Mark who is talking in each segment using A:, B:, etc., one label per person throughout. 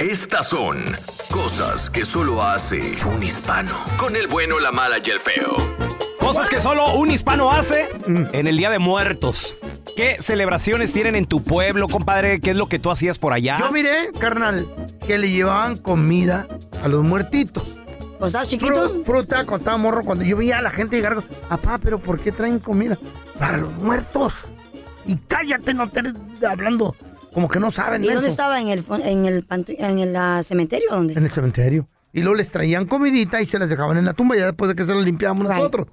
A: Estas son cosas que solo hace un hispano. Con el bueno, la mala y el feo.
B: Cosas que solo un hispano hace mm, en el Día de Muertos. ¿Qué celebraciones tienen en tu pueblo, compadre? ¿Qué es lo que tú hacías por allá?
C: Ah.
D: Yo miré, carnal, que le llevaban comida a los muertitos.
C: ¿O estás chiquito?
D: fruta, contaba morro, cuando yo veía a la gente llegar, papá, pero ¿por qué traen comida? Para los muertos. Y cállate, no estés hablando como que no saben
C: ¿Y
D: eso.
C: dónde estaba? ¿En el, fon- en el, pantu- en el ah, cementerio? o ¿Dónde?
D: En el cementerio. Y luego les traían comidita y se las dejaban en la tumba, ya después de que se las limpiábamos
C: Right.
D: nosotros.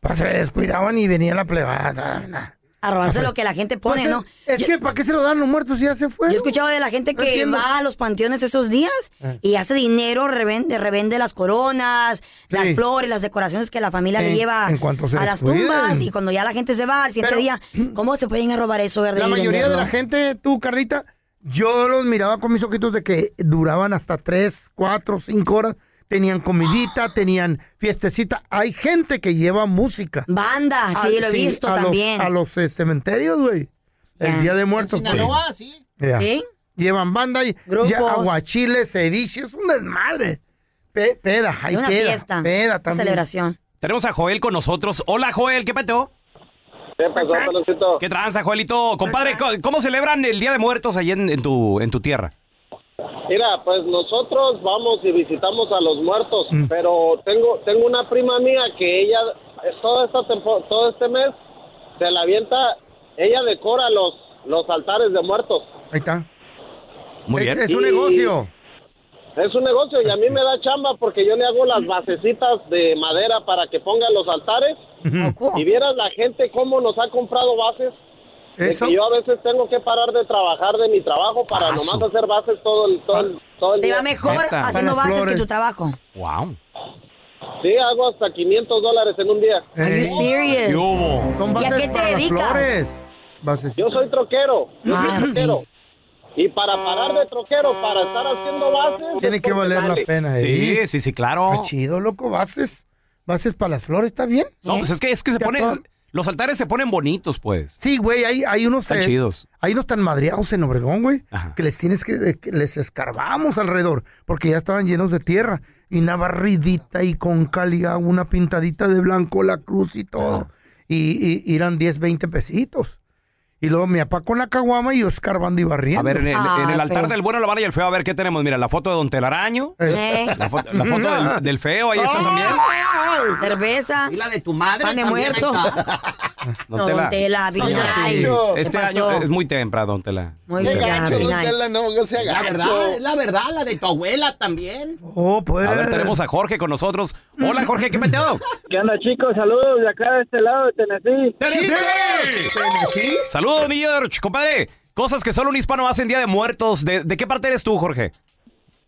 D: Pues se descuidaban y venía la plebada.
C: A robarse
D: Ah,
C: lo que la gente pone,
D: Pues es-
C: ¿no?
D: Es
C: Yo-
D: que, ¿para qué se lo dan los muertos si ya se fue?
C: Yo he escuchado de la gente
D: No
C: que
D: entiendo. Ah.
C: va a los panteones esos días y hace dinero, revende, revende las coronas, las
D: Sí.
C: flores, las decoraciones que la familia le
D: En-
C: lleva
D: en cuanto se
C: a las
D: descuiden.
C: tumbas y cuando ya la gente se va al siguiente
D: Pero-
C: día, ¿cómo se pueden a robar eso, verdad?
D: La
C: y
D: mayoría de
C: venderlo?
D: la gente, tú, Carlita, yo los miraba con mis ojitos de que duraban hasta 3, 4, 5 horas. Tenían comidita, tenían fiestecita. Hay gente que lleva música.
C: Banda, sí,
D: Ah,
C: lo he visto
D: a los-
C: también.
D: a los eh, cementerios, güey.
C: Ya.
D: El Día de Muertos. güey. Ya.
C: ¿Sí?
D: Llevan banda y
C: Grupos.
D: ya, aguachiles, ceviche, es un desmadre. Pe- peda, hay
C: Hay una
D: peda,
C: fiesta,
D: peda
C: una
D: también.
C: celebración.
B: Tenemos a Joel con nosotros. Hola, Joel, ¿qué pateó?
E: ¿Qué pasó, Peloncito?
B: ¿Qué tranza, Joelito? Compadre, co- ¿cómo celebran el Día de Muertos ahí en, en tu, en tu tierra?
E: Mira, pues nosotros vamos y visitamos a los muertos,
D: Mm.
E: pero tengo tengo una prima mía que ella eh, toda esta tempo- todo este mes se la avienta, ella decora los los altares de muertos.
D: Ahí está.
B: Muy
D: es,
B: bien.
D: es un
E: Y-
D: negocio.
E: Es un negocio y a mí me da chamba porque yo le hago las basecitas de madera para que pongan los altares
C: Ojo.
E: y vieras la gente cómo nos ha comprado bases. de
D: Eso.
E: que yo a veces tengo que parar de trabajar de mi trabajo para
B: Ah, su-
E: nomás hacer bases todo el, todo el, todo el
C: Te va
E: día.
C: mejor
B: Neta.
C: haciendo
D: Ah. Para las
C: bases que
D: flores.
C: tu trabajo.
B: Wow.
E: Sí, hago hasta 500 dólares en un día.
C: Are you
D: Eh,
C: serious?
B: ¿Qué hubo?
D: son
C: ¿Y a
D: bases
C: qué te
D: para las
C: dedicas?
D: flores. Bases.
E: Yo soy troquero, yo
C: Ah,
E: soy troquero.
C: ok.
E: Y para parar de troquero, para estar haciendo bases...
D: Tiene
E: es
D: que
E: porque
D: valer la
E: vale.
D: pena, ¿eh?
B: Sí, sí, sí, claro.
D: Está chido, loco, bases. Bases para las flores, ¿está bien?
B: No, pues es que, es que se
D: Ya
B: pone...
D: todo-
B: Los altares se ponen bonitos, pues.
D: Sí, güey, hay, hay unos...
B: Están
D: eh,
B: chidos.
D: Hay unos tan madreados en Obregón, güey,
B: Ajá.
D: que les tienes que, eh, que les escarbamos alrededor, porque ya estaban llenos de tierra. Y una barridita y con calidad, una pintadita de blanco, la cruz y todo. Y, y- y eran 10, 20 pesitos. Y luego mi papá con la caguama y yo escarbando y barriendo.
B: A ver, en el,
C: Ah,
B: en el altar
C: feo.
B: del bueno, la vara y el feo, a ver qué tenemos. Mira, la foto de Don Telaraño.
D: Eh,
C: Eh, Ah.
B: La, foto- la foto del, del feo, ahí está también.
C: cerveza,
F: la de tu madre.
C: pan de muerto.
B: Don
C: No,
B: Tela.
C: Don Tela,
B: Sí.
C: Vinay. ¿Qué
B: Este
C: pasó?
B: año es muy temprano, Don Tela.
C: Muy
B: Don
C: bien,
B: Tela.
C: gacho,
B: Sí.
C: Don Tela,
F: no, no se La verdad, es la verdad, la de tu abuela también.
D: Oh, pues.
B: A ver, tenemos a Jorge con nosotros. Hola, Jorge, ¿qué peteo?
E: ¿Qué onda, chicos? Saludos de acá, de este lado de Tennessee.
D: ¿Tennessee?
B: Saludos, mi George, compadre. Cosas que solo un hispano hace en Día de Muertos. ¿De, de qué parte eres tú, Jorge?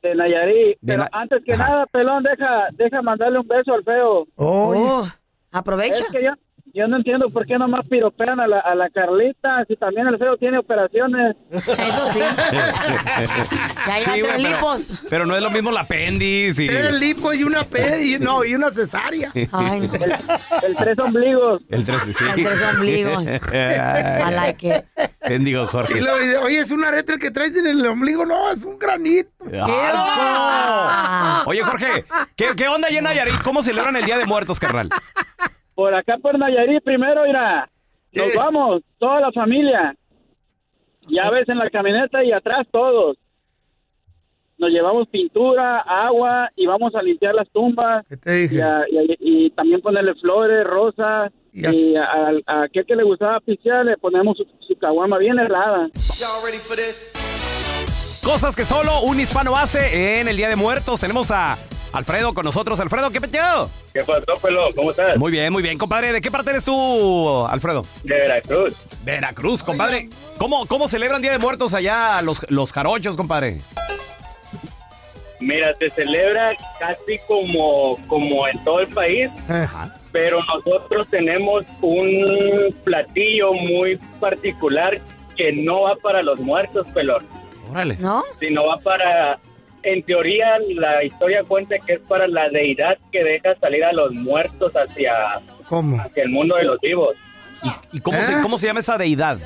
E: De Nayarit. Pero
B: Na-
E: antes que
B: Ajá.
E: nada, pelón, deja, deja mandarle un beso al feo.
D: Oh,
C: Oh, aprovecha.
E: Es que yo, yo no entiendo por qué nomás piropean a la, a la Carlita, si también el feo tiene operaciones.
C: Eso sí. Ya, ya,
B: Sí, güey,
C: tres
B: pero-
C: lipos.
B: Pero, no es lo mismo la apéndice. y-
D: tres lipos y una pe- y, no, y una cesárea.
C: Ay, no.
E: El tres ombligos.
B: El tres, sí.
C: Hay tres ombligos. I like it.
B: Bendigo,
D: Y
B: Jorge.
D: luego dice, oye, es una arete el que traes en el ombligo. No, es un granito.
B: ¡Asco! Oye, Jorge, ¿qué, qué onda allá en Nayarit? ¿Cómo celebran el Día de Muertos, carnal?
E: Por acá por Nayarit primero, mira. Nos
D: Sí.
E: vamos, toda la familia. Ya ves en la camioneta y atrás todos. Nos llevamos pintura, agua y vamos a limpiar las tumbas.
D: ¿Qué te dije?
E: Y, a- y a- y también ponerle flores, rosas.
D: Y as-
E: Y a, a- a aquel que le gustaba pichar le ponemos su, su caguama bien helada.
B: Cosas que solo un hispano hace en el Día de Muertos. Tenemos a Alfredo con nosotros. Alfredo, ¿qué peteo?
G: ¿Qué pasó, Pelo? ¿Cómo estás?
B: Muy bien, muy bien, compadre. ¿De qué parte eres tú, Alfredo?
G: De Veracruz.
B: Veracruz, compadre. ¿Cómo, cómo celebran Día de Muertos allá los, los jarochos, compadre?
H: Mira, se celebra casi como, como en todo el país,
D: Ajá.
H: pero nosotros tenemos un platillo muy particular que no va para los muertos, pelón,
B: Órale.
C: ¿No?
H: sino va para... En teoría, la historia cuenta que es para la deidad que deja salir a los muertos hacia,
D: ¿Cómo?
H: hacia el mundo de los vivos.
B: ¿Y, y cómo, se,
D: ¿Eh?
B: cómo se llama esa deidad?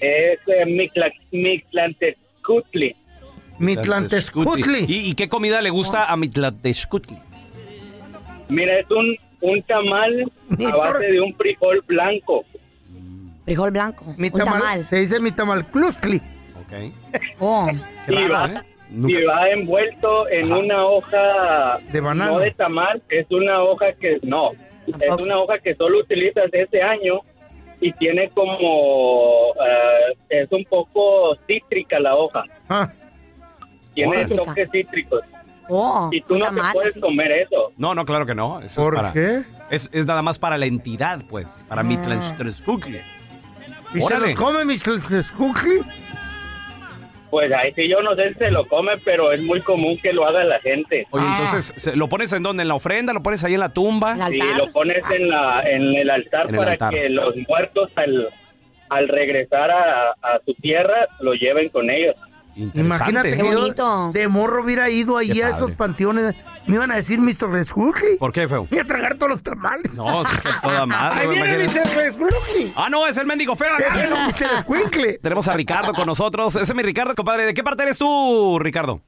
H: Es eh, Mictla- Mictlantecutli.
D: Mitlantescutli.
B: ¿Y, y qué comida le gusta a Mitlantescutli?
H: Mira, es un, un tamal
D: Mi
H: a base
D: tor-
H: de un frijol blanco.
C: Frijol blanco. Un
D: Mitamal.
C: tamal.
D: Se dice mitamalcluscli.
B: Ok.
C: Oh.
B: Qué
H: y,
B: raro,
H: va,
B: ¿eh? Nunca-
H: y va envuelto en
B: Ajá.
H: una hoja
D: De banano.
H: No de tamal, es una hoja que no,
D: Tampoco.
H: es una hoja que solo utilizas este año y tiene como eh, es un poco cítrica la hoja,
D: Ah,
H: tiene
C: Cítrica.
H: toques cítricos
C: Oh.
H: y tú
C: un
H: no te
C: tamal
H: puedes
C: así.
H: comer eso.
B: No, no, claro que no. Eso
D: ¿Por
B: es para,
D: qué?
B: Es, es nada más para la entidad, pues. Para
C: Ah.
B: Mitlantescutli.
D: ¿Y
B: Órale.
D: se lo come Mitlantescutli?
H: Pues ahí sí yo no sé si se lo come, pero es muy común que lo haga la gente.
B: Oye,
D: Ah.
B: entonces, ¿se- ¿lo pones en dónde? ¿En la ofrenda? ¿Lo pones ahí en la tumba?
C: En la-
H: Y
C: ¿Altar?
H: lo pones en, la, en el altar
B: En el
H: para
B: altar.
H: que los muertos al, al regresar a, a su tierra lo lleven con ellos.
B: Interesante.
D: Imagínate
C: Qué
D: que yo
C: bonito.
D: de morro hubiera ido ahí
B: Qué
D: a
B: padre.
D: esos panteones. Me iban a decir Mitlantescutli.
B: ¿Por qué, feo?
D: Me iba a tragar todos los tamales.
B: No, se está toda madre,
D: Ahí
B: güey,
D: viene
B: imagínate.
D: Mitlantescutli.
B: Ah, no, es el mendigo feo.
D: Ese es Mitlantescutli.
B: Tenemos a Ricardo con nosotros. Ese es mi Ricardo, compadre. ¿De qué parte eres tú, Ricardo?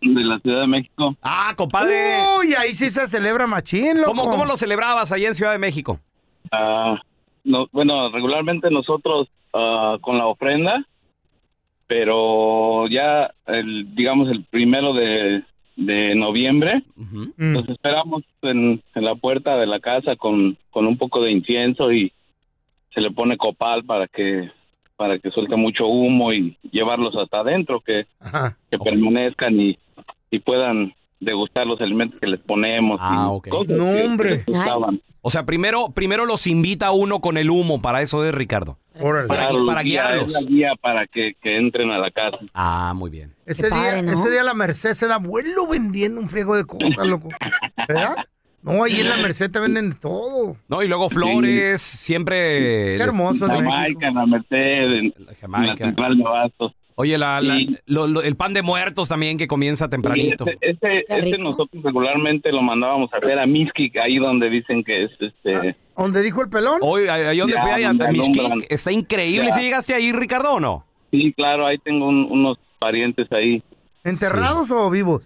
I: de la Ciudad de México.
B: Ah, compadre.
D: Uy, ahí sí se celebra machín, loco.
B: ¿Cómo, cómo lo celebrabas allá en Ciudad de México?
I: Ah, no, bueno, regularmente nosotros ah, con la ofrenda, pero ya, el, digamos, el primero de, de noviembre,
B: Ujú.
D: Mm.
I: nos esperamos en, en la puerta de la casa con, con un poco de incienso y se le pone copal para que para que suelte mucho humo y llevarlos hasta adentro, que,
D: Ajá.
I: que permanezcan y, y puedan degustar los alimentos que les ponemos.
B: Ah,
I: y
B: ok.
I: cosas
D: No,
I: que- que
D: hombre.
I: les gustaban.
B: O sea, primero, primero los invita uno con el humo. Para eso es, Ricardo.
D: Órale.
B: Para-
I: los guía,
B: guiarlos.
I: es la guía para que, que entren a la casa.
B: Ah, muy bien.
D: Ese,
C: padre,
D: día,
C: ¿no?
D: ese día la Merced se da vuelo vendiendo un friego de cosas, loco. ¿Verdad? No, ahí en la Merced te venden de todo.
B: No, y luego flores, siempre...
D: Qué hermoso. es
I: Jamaica,
D: México.
I: la Merced, en,
B: La
I: en la
B: Jamaica.
I: central de Abastos.
B: Oye, la- la-
I: Sí.
B: lo- lo- el pan de muertos también que comienza
I: Y
B: tempranito.
I: Este, este,
C: Qué
I: este
C: rico.
I: nosotros regularmente lo mandábamos a hacer a Miski, ahí donde dicen que es este.
D: Donde dijo el pelón.
B: Hoy, Eh, ahí ahí donde
I: Ya,
B: fui, ahí, a
I: donde
B: Mishkik,
I: alumbran.
B: está increíble.
I: Ya.
B: ¿Si llegaste ahí, Ricardo, o no?
I: Sí, claro, ahí tengo un- unos parientes ahí.
D: ¿Enterrados o vivos?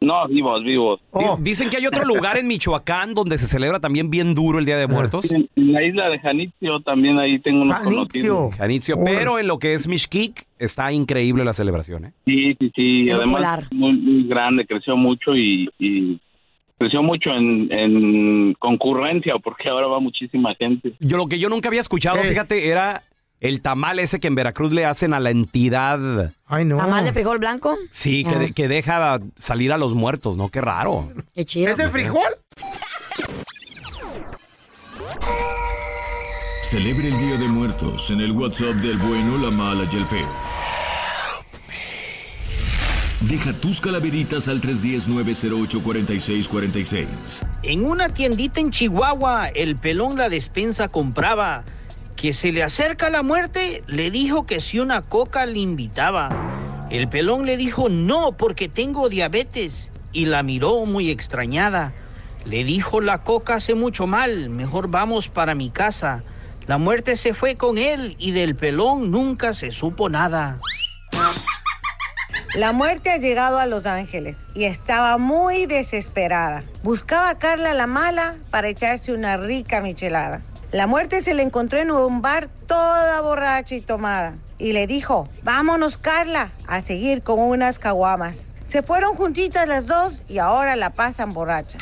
I: No, vivos, vivos.
B: Di-
D: Oh,
B: Dicen que hay otro lugar en Michoacán donde se celebra también bien duro el Día
D: Ah.
B: de Muertos.
I: En, en la isla de Janitzio también ahí tengo unos
D: Janitzio.
I: conocidos.
B: Janitzio,
D: Órale.
B: pero en lo que es Mishkik está increíble la celebración, ¿eh?
I: Sí, sí, sí.
C: Pero polar.
I: Además, muy, muy grande, creció mucho y, y creció mucho en, en concurrencia, porque ahora va muchísima gente.
B: Yo lo que yo nunca había escuchado,
D: Eh.
B: fíjate, era el tamal ese que en Veracruz le hacen a la entidad.
D: Ay, no.
C: Tamal de frijol blanco.
B: Sí, que,
C: Ah.
B: de- que deja salir a los muertos, ¿no? Qué raro.
C: Qué chido.
D: ¿Es de frijol?
J: Celebre el Día de Muertos en el WhatsApp del bueno, la mala y el feo. Deja tus calaveritas al 310-908-4646.
K: En una tiendita en Chihuahua, el pelón la despensa compraba. Que se le acerca la muerte, le dijo que si una coca le invitaba. El pelón le dijo no porque tengo diabetes y la miró muy extrañada. Le dijo la coca hace mucho mal, mejor vamos para mi casa. La muerte se fue con él y del pelón nunca se supo nada.
L: La muerte ha llegado a Los Ángeles y estaba muy desesperada. Buscaba a Carla la mala para echarse una rica michelada. La muerte se le encontró en un bar toda borracha y tomada y le dijo, vámonos Carla a seguir con unas caguamas. Se fueron juntitas las dos y ahora la pasan borracha.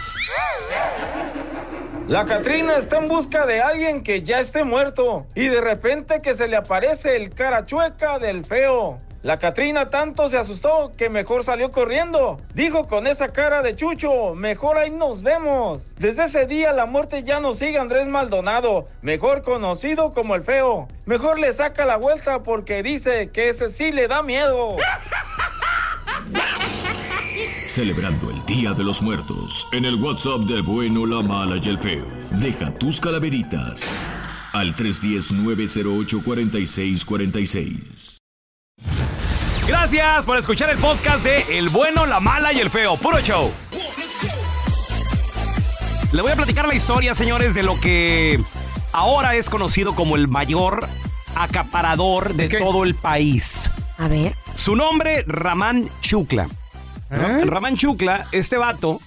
K: La Catrina está en busca de alguien que ya esté muerto y de repente que se le aparece el cara chueca del feo. La Catrina tanto se asustó que mejor salió corriendo. Dijo con esa cara de chucho, mejor ahí nos vemos. Desde ese día la muerte ya no sigue a Andrés Maldonado, mejor conocido como el feo. Mejor le saca la vuelta porque dice que ese sí le da miedo.
M: Celebrando el Día de los Muertos en el WhatsApp del bueno, la mala y el feo. Deja tus calaveritas al 310-908-4646.
B: Gracias por escuchar el podcast de El bueno, la mala y el feo. Puro show. Le voy a platicar la historia, señores, de lo que ahora es conocido como el mayor acaparador de todo el país.
C: A ver.
B: Su nombre, Ramán Chucla.
D: ¿Eh?
B: Ra- Ramán Chucla, este vato,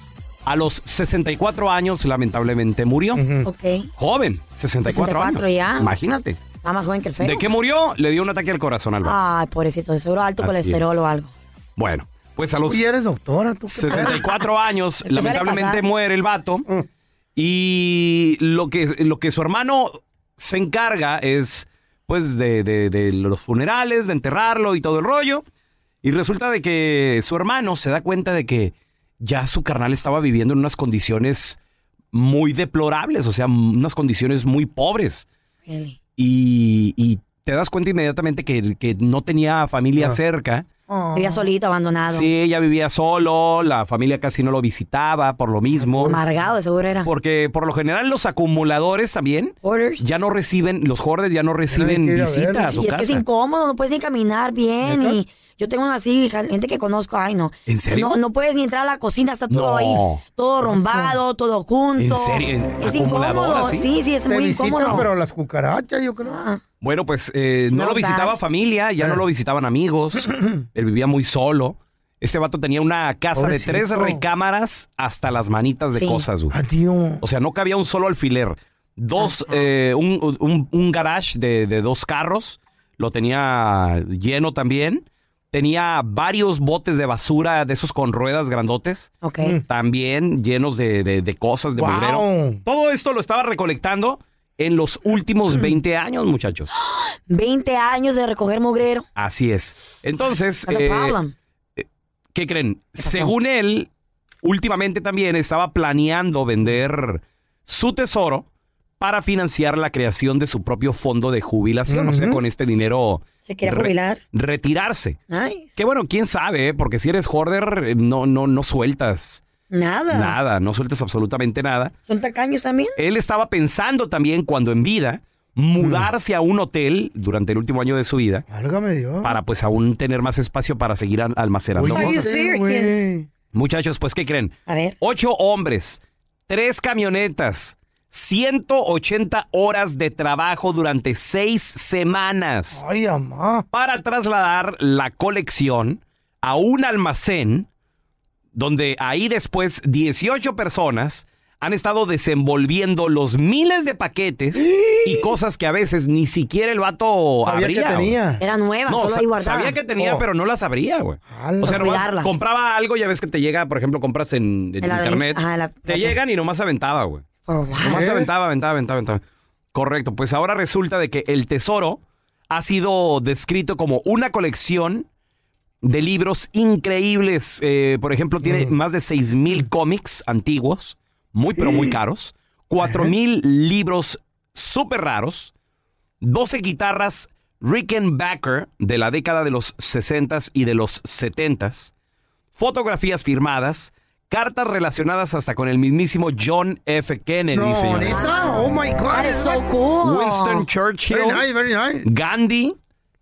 B: a los 64 años, lamentablemente murió.
C: Ok.
B: Joven, 64,
C: 64
B: años.
C: ya.
B: Imagínate.
C: Está más joven que el feo. Ah.
B: ¿De qué murió? Le dio un ataque al corazón al vato.
C: Ay, pobrecito, de seguro alto
B: Así
C: colesterol o algo.
B: Bueno, pues a los
D: Oye, eres doctora, tú.
B: 64 años,
D: El que sale
B: lamentablemente
D: pasar.
B: muere el vato. Y lo que, lo que su hermano se encarga es, pues, de, de- de los funerales, de enterrarlo y todo el rollo. Y resulta de que su hermano se da cuenta de que ya su carnal estaba viviendo en unas condiciones muy deplorables, o sea, m- unas condiciones muy pobres. Y, y te das cuenta inmediatamente que, que no tenía familia cerca.
C: Vivía solito, abandonado.
B: Sí, ella vivía solo, la familia casi no lo visitaba por lo mismo.
C: Amargado, de seguro era.
B: Porque por lo general los acumuladores también ya no reciben, los jordes ya no reciben visitas a
C: Sí,
B: su
C: es que es
B: casa.
C: incómodo, no puedes ni caminar bien. Y yo tengo así, ja- gente que conozco, ay no.
B: ¿En serio?
C: No, no puedes ni entrar a la cocina, está todo
B: No.
C: ahí, todo rombado, todo junto.
B: ¿En serio?
C: Es
B: ¿Acumulador
C: incómodo,
B: así?
C: sí, sí, es
D: Te
C: muy
D: visitan,
C: incómodo. Ah,
D: pero las cucarachas, yo creo.
B: Bueno, pues eh, no lo
D: not bad.
B: visitaba familia, ya no lo visitaban amigos, él vivía muy solo. Este vato tenía una casa
D: Pobrecito.
B: de tres recámaras hasta las manitas de
D: Sí.
B: cosas. güey.
D: Tío.
B: O sea, no cabía un solo alfiler. Dos, eh, un, un- un garage de, de dos carros, lo tenía lleno también. Tenía varios botes de basura, de esos con ruedas grandotes.
C: Ok.
B: También llenos de, de- de cosas, de
D: Wow.
B: mugrero. Todo esto lo estaba recolectando en los últimos 20 años, muchachos.
C: 20 años de recoger mugrero.
B: Así es. Entonces,
C: That's a
B: eh,
C: problem.
B: eh, ¿qué creen? Según él, últimamente también estaba planeando vender su tesoro para financiar la creación de su propio fondo de jubilación. O sea,
C: Ujú.
B: con este dinero...
C: ¿Se quería
B: re-
C: jubilar?
B: retirarse.
C: Ay,
B: Que bueno, quién sabe, eh? porque si eres hoarder, eh, no, no, no sueltas
C: nada.
B: nada, no sueltas absolutamente nada.
C: ¿Son tacaños también?
B: Él estaba pensando también cuando en vida
C: Mm.
B: mudarse a un hotel durante el último año de su vida
D: Válgame Dios.
B: para pues aún tener más espacio para seguir al- almacenando
D: Oye,
B: cosas.
D: sí, güey.
B: Muchachos, pues ¿qué creen?
C: A ver.
B: Ocho hombres, tres camionetas, 180 horas de trabajo durante seis semanas
D: Ay, amá.
B: para trasladar la colección a un almacén donde ahí después 18 personas han estado desenvolviendo los miles de paquetes y cosas que a veces ni siquiera el vato
D: Sabía que
B: abría. güey.
D: tenía.
C: Era nueva,
B: No,
C: solo
B: sa-
C: ahí guardada.
B: sabía que tenía,
C: Oh.
B: pero no las abría, güey. O sea,
C: Para
B: nomás
C: cuidarlas.
B: compraba algo, ya ves que te llega, por ejemplo, compras en, en
C: En la-
B: internet,
C: ajá, en la- Oh, ¿eh?
B: te llegan y nomás aventaba, güey.
C: For what?
B: Nomás aventaba, aventaba, aventaba, aventaba. Correcto, pues ahora resulta de que el tesoro ha sido descrito como una colección de libros increíbles. Eh, por ejemplo, tiene más de 6.000 cómics antiguos, muy pero muy caros. 4.000 libros súper raros. 12 guitarras Rickenbacker de la década de los 60s y de los 70s. Fotografías firmadas. Cartas relacionadas hasta con el mismísimo John F. Kennedy,
D: No,
B: señores.
D: neta, oh my God.
C: That is so cool.
B: Winston Churchill.
D: Very nice, very nice.
B: Gandhi,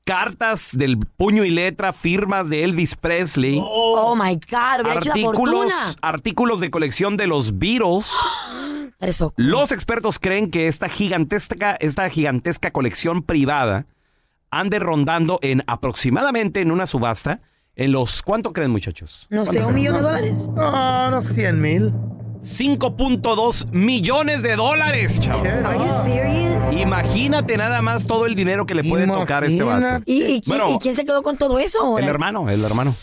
B: cartas del puño y letra, firmas de Elvis Presley,
C: Oh, my God, hubiera hecho la
B: artículos,
C: fortuna.
B: artículos de colección de los Beatles. Los expertos creen que esta gigantesca, esta gigantesca colección privada ande rondando en aproximadamente en una subasta en los ¿cuánto creen muchachos?
C: No sé, un millón de dólares.
D: Ah, no, 100 mil.
B: 5.2 millones de dólares, chaval.
C: Are you serious?
B: Imagínate nada más todo el dinero que le puede tocar este vato.
C: ¿Y, y quién,
B: Bueno,
C: y quién se quedó con todo eso? ahora?
B: El hermano, el hermano.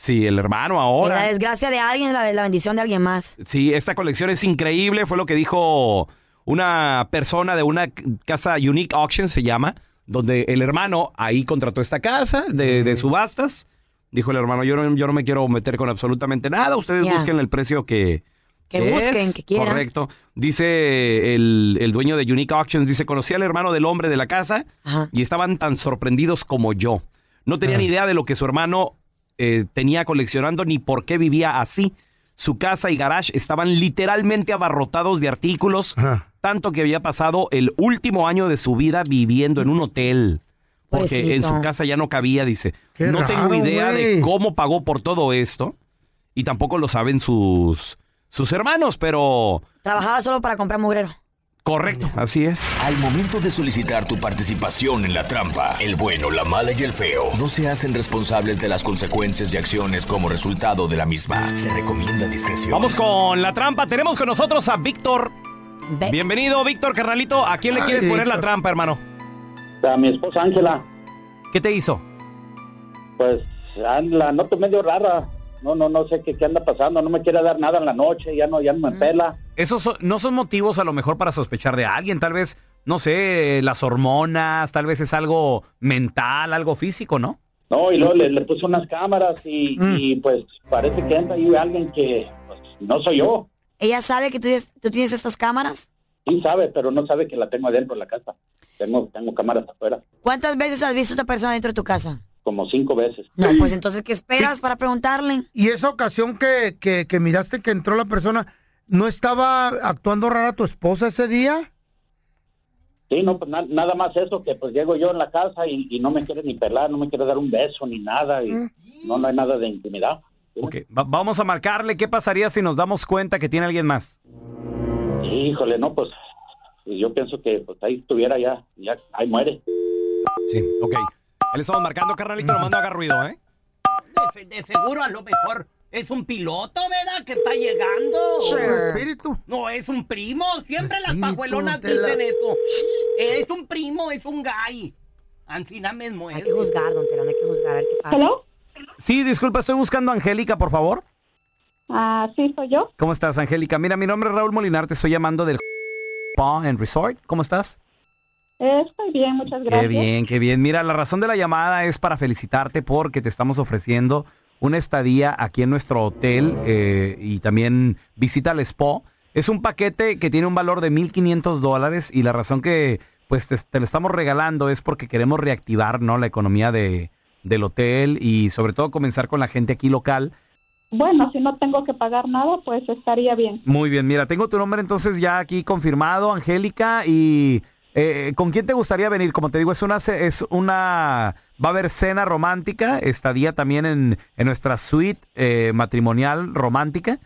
B: Sí, el hermano ahora.
C: La desgracia de alguien, la, la bendición de alguien más.
B: Sí, esta colección es increíble, fue lo que dijo una persona de una c- casa Unique Auction, se llama, donde el hermano ahí contrató esta casa de, de subastas. Dijo el hermano, yo no, yo no me quiero meter con absolutamente nada, ustedes
C: Ya.
B: busquen el precio que...
C: Que busquen,
B: es".
C: que quieran.
B: Correcto. Dice el, el dueño de Unique Auctions, dice, conocí al hermano del hombre de la casa y estaban tan sorprendidos como yo. No tenían idea de lo que su hermano eh, tenía coleccionando ni por qué vivía así. Su casa y garage estaban literalmente abarrotados de artículos, tanto que había pasado el último año de su vida viviendo en un hotel. Porque en
N: Pobrecito.
B: su casa ya no cabía, dice.
N: Qué
B: no tengo
N: raro,
B: idea
N: güey.
B: de cómo pagó por todo esto. Y tampoco lo saben sus, sus hermanos, pero
C: Trabajaba solo para comprar mugrero.
B: correcto, así es.
A: Al momento de solicitar tu participación en la trampa, el bueno, la mala y el feo no se hacen responsables de las consecuencias y acciones como resultado de la misma. Se recomienda discreción.
B: Vamos con la trampa. Tenemos con nosotros a Víctor. Bienvenido, Víctor, carnalito. ¿A quién le
A: Ay,
B: quieres poner
A: Víctor.
B: la trampa, hermano?
O: A mi esposa Pues, Ángela.
B: ¿Qué te hizo?
O: Pues la noto medio rara. No, no, no sé qué, qué anda pasando. No me quiere dar nada en la noche. Ya no, ya
C: Mm.
O: no me pela.
B: Esos so- no son motivos a lo mejor para sospechar de alguien, tal vez, no sé, las hormonas, tal vez es algo mental, algo físico, ¿no?
O: No, y luego le,
D: Mm.
O: le puse unas cámaras y, y, pues parece que anda ahí alguien que pues, no soy yo.
C: ¿Ella sabe que tú, tienes- tú tienes estas cámaras?
O: Sí sabe, pero no sabe que la tengo adentro de la casa. Tengo, tengo cámaras afuera,
C: ¿Cuántas veces has visto a esta persona dentro de tu casa?
O: como cinco veces.
C: No, pues entonces, ¿qué esperas para preguntarle?
D: Y esa ocasión que, que, que miraste que entró la persona, ¿no estaba actuando rara tu esposa ese día?
O: Sí, no, pues na- nada más eso, que pues llego yo en la casa y, y no me quiere ni pelar, no me quiere dar un beso ni nada. Y
C: Mm.
O: no, no hay nada de intimidad.
B: Ok, va- vamos a marcarle qué pasaría si nos damos cuenta que tiene alguien más.
O: Híjole, no, pues yo pienso que pues ahí estuviera ya, ya ahí muere.
B: Sí, ok. Le estamos marcando, carnalito, nomás no haga ruido, ¿eh?
F: De, de seguro a lo mejor es un piloto, ¿verdad? Que está llegando.
D: Sí. Un espíritu.
F: No, es un primo. Siempre las
D: Espíritu,
F: pajuelonas
D: te la-
F: dicen eso. Es un primo, es un gay. Antina mismo es. Hay que
C: juzgar, don Telón, hay que juzgar. qué pasa.
B: Sí, disculpa, estoy buscando a Angélica, por favor.
P: Ah, sí, soy yo.
B: ¿Cómo estás, Angélica? Mira, mi nombre es Raúl Molinar, te estoy llamando del Spa and Resort. ¿Cómo estás?
P: Eh, Estoy bien, muchas gracias.
B: Qué bien, qué bien. Mira, la razón de la llamada es para felicitarte porque te estamos ofreciendo una estadía aquí en nuestro hotel eh, y también visita al spa. Es un paquete que tiene un valor de 1.500 dólares y la razón que pues te, te lo estamos regalando es porque queremos reactivar ¿no? la economía de, del hotel y sobre todo comenzar con la gente aquí local.
P: Bueno, si no tengo que pagar nada, pues estaría bien.
B: Muy bien, mira, tengo tu nombre entonces ya aquí confirmado, Angélica, y eh, ¿con quién te gustaría venir? Como te digo, es una, ce- es una, va a haber cena romántica, estadía también en, en nuestra suite eh, matrimonial romántica,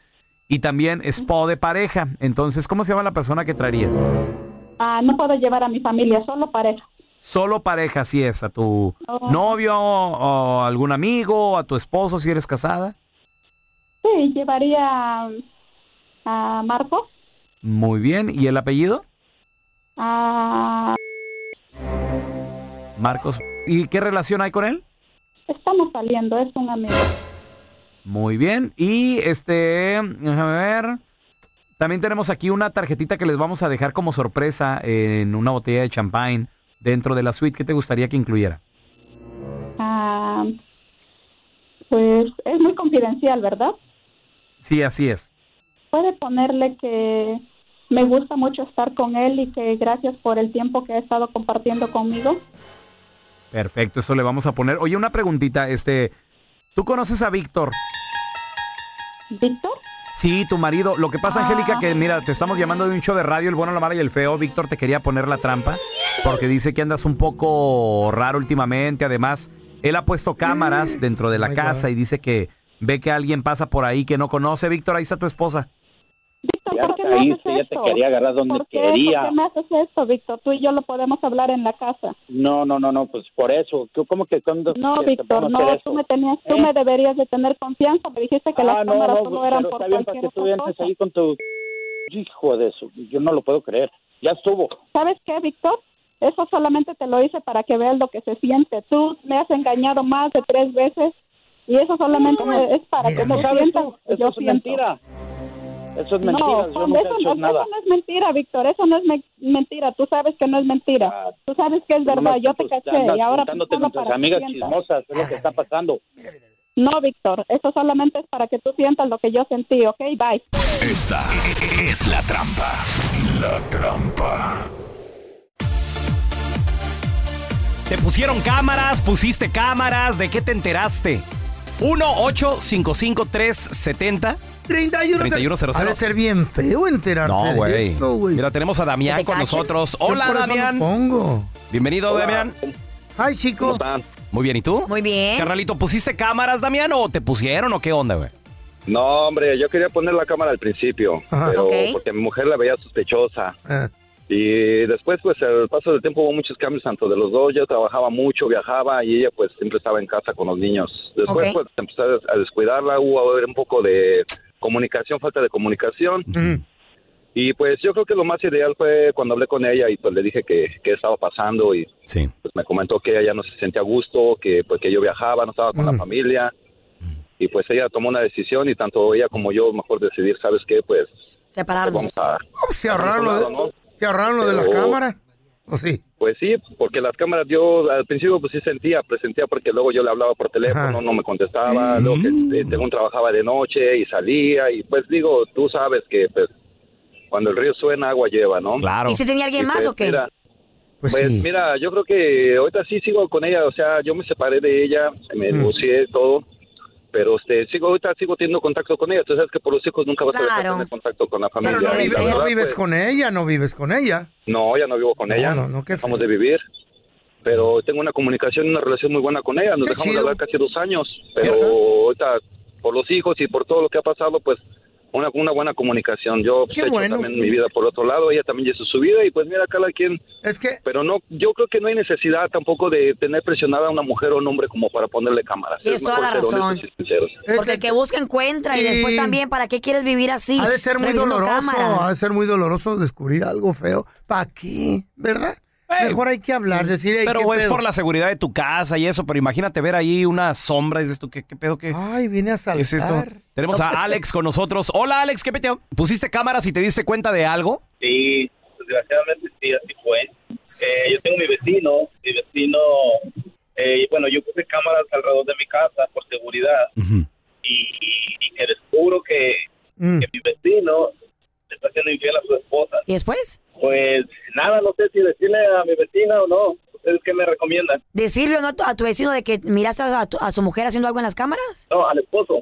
B: y también spa de pareja. Entonces, ¿cómo se llama la persona que traerías?
P: Ah, no puedo llevar a mi familia, solo pareja.
B: Solo pareja, si es, a tu
P: Oh.
B: novio o algún amigo, o a tu esposo si eres casada.
P: Sí, llevaría a, a Marco,
B: Muy bien, ¿y el apellido?
P: a...
B: Marcos. ¿Y qué relación hay con él?
P: Estamos saliendo, es un amigo.
B: Muy bien. Y este, déjame ver. También tenemos aquí una tarjetita que les vamos a dejar como sorpresa en una botella de champagne dentro de la suite. ¿Qué te gustaría que incluyera?
P: Ah, pues es muy confidencial, ¿verdad?
B: Sí, así es.
P: Puede ponerle que me gusta mucho estar con él y que gracias por el tiempo que ha estado compartiendo conmigo.
B: Perfecto, eso le vamos a poner. Oye, una preguntita, este, ¿tú conoces a Víctor?
P: ¿Víctor?
B: Sí, tu marido. Lo que pasa, Angélica, que mira, te estamos llamando de un show de radio, el bueno, la mala y el feo. Víctor te quería poner la trampa porque dice que andas un poco raro últimamente. Además, él ha puesto cámaras dentro de la
P: my
B: casa y dice que ve que alguien pasa por ahí que no conoce. Víctor, ahí está tu esposa.
P: Víctor, ¿por qué me
O: caíste,
P: haces
O: ya te
P: esto?
O: quería agarrar donde
P: ¿Por qué?
O: quería.
P: ¿Por qué me haces esto, Víctor? Tú y yo lo podemos hablar en la casa.
O: No, no, no, no, pues por eso. ¿Tú- ¿Cómo que cuando
P: No,
O: que te
P: Víctor,
O: van Pues a hacer
P: no,
O: eso?
P: tú me tenías, tú me deberías de tener confianza. Me dijiste que las
O: Ah, no,
P: cámaras
O: no,
P: solo
O: pues,
P: eran
O: pero
P: por
O: está bien para
P: cualquier
O: que tú
P: otra
O: vienes
P: cosa.
O: ahí con tu hijo de eso. Yo no lo puedo creer. Ya estuvo.
P: ¿Sabes qué, Víctor? Eso solamente te lo hice para que veas lo que se siente. Tú me has engañado más de tres veces y eso solamente es para que
O: ¿Cómo
P: me
O: sabes
P: sientas.
O: tú? Eso
P: yo
O: es
P: siento.
O: mentira. Eso es mentira.
P: No,
O: yo
P: Juan,
O: nunca he
P: eso,
O: hecho
P: no,
O: nada.
P: eso no es mentira, Víctor. Eso no es me- mentira. Tú sabes que no es mentira.
O: Ah,
P: Tú sabes
O: pues
P: que es verdad. Yo te caché
O: Andas
P: y ahora
O: juntándote
P: solo
O: con
P: para
O: tus
P: que
O: amigas
P: sientas.
O: chismosas. Es lo que está pasando.
P: No, Víctor. Eso solamente es para que tú sientas lo que yo sentí, ¿ok? Bye.
A: Esta es la trampa. La trampa.
B: Te pusieron cámaras, pusiste cámaras. ¿De qué te enteraste? 1-855-370-3100.
D: Ha de ser bien feo enterarse
B: No,
D: de
B: güey.
D: esto, güey.
B: Mira, tenemos a Damián con nosotros.
D: Yo
B: Hola,
D: por eso no
B: Damián.
D: pongo.
B: Bienvenido,
D: Hola.
B: Damián.
D: Ay, chico.
B: Muy bien, ¿y tú?
C: Muy bien.
B: Carnalito, ¿pusiste cámaras, Damián, o te pusieron o qué onda, güey?
N: No, hombre, yo quería poner la cámara al principio,
B: Ajá.
N: pero
B: Ok.
N: porque mi mujer la veía sospechosa.
D: Ah.
N: Y después, pues, al paso del tiempo hubo muchos cambios tanto de los dos. Yo trabajaba mucho, viajaba y ella, pues, siempre estaba en casa con los niños. Después,
Q: Ok.
N: pues, empecé a des- a descuidarla, hubo a haber un poco de comunicación, falta de comunicación. Y, pues, yo creo que lo más ideal fue cuando hablé con ella y, pues, le dije que, que estaba pasando y, pues, me comentó que ella ya no se sentía a gusto, que, pues, que yo viajaba, no estaba con la familia. Y, pues, ella tomó una decisión y tanto ella como yo, mejor decidir, ¿sabes qué? Pues,
C: Separarnos.
N: vamos a... Oh,
D: Se ahorraron lo de, se ahorraron lo de las
N: Pero-
D: cámaras. ¿O sí?
N: Pues sí, porque las cámaras yo al principio pues sí sentía, presentía porque luego yo le hablaba por teléfono,
D: Ajá. Mm.
N: no me contestaba, luego que, eh, según trabajaba de noche y salía y pues digo, tú sabes que pues cuando el río suena agua lleva, ¿no?
B: Claro.
C: ¿Y si tenía alguien más o qué?
N: Mira,
D: pues
N: mira, yo creo que ahorita sí sigo con ella, o sea, yo me separé de ella, me divorcié todo, pero este sigo ahorita sigo teniendo contacto con ella, tú sabes que por los hijos nunca vas a dejar de tener contacto con la familia.
D: Pero no,
N: y la
D: vives- no
N: verdad,
D: vives
N: pues,
D: con ella, no vives con ella.
N: no, ya no vivo con
D: No,
N: ella.
D: no,
N: Dejamos de vivir. Pero tengo una comunicación y una relación muy buena con ella. Nos dejamos de hablar casi dos años. Pero ahorita, por los hijos y por todo lo que ha pasado, pues una, una buena comunicación. Yo pues,
D: Qué
N: he hecho
D: bueno.
N: también mi vida por otro lado. Ella también hizo su vida y pues mira, cada quien.
D: Es que.
N: Pero no, yo creo que no hay necesidad tampoco de tener presionada a una mujer o un hombre como para ponerle cámaras.
C: Tienes
N: Es
C: toda
N: mejor
C: la
N: ser honestos
C: razón.
N: y sinceros.
C: Porque el que busca encuentra y después también, ¿para qué quieres vivir así?
D: Ha de ser muy
C: Revisando
D: doloroso,
C: cámaras.
D: ha de ser muy doloroso descubrir algo feo. ¿Para qué? ¿Verdad? Mejor hay que hablar, decir, "Ey,
B: Pero
D: ¿qué
B: es
D: pedo?".
B: por la seguridad de tu casa y eso, pero imagínate ver ahí una sombra y dices tú, ¿qué, qué pedo? Qué,
D: Ay, viene a saltar.
B: ¿Qué es esto? Tenemos a Alex con nosotros. Hola, Alex, ¿qué peteo? ¿Pusiste cámaras y te diste cuenta de algo?
Q: Sí, desgraciadamente sí, así fue. Eh, yo tengo mi vecino, mi vecino, eh, bueno, yo puse cámaras alrededor de mi casa por seguridad y, y- y que descubro que, que mi vecino le está haciendo infiel a su esposa.
C: ¿Y después?
Q: Pues nada, no sé si decirle a mi vecina o no. ¿Ustedes qué me recomiendan?
C: ¿Decirle o no a tu- a tu vecino de que miraste a tu, a su mujer haciendo algo en las cámaras?
Q: No, al esposo.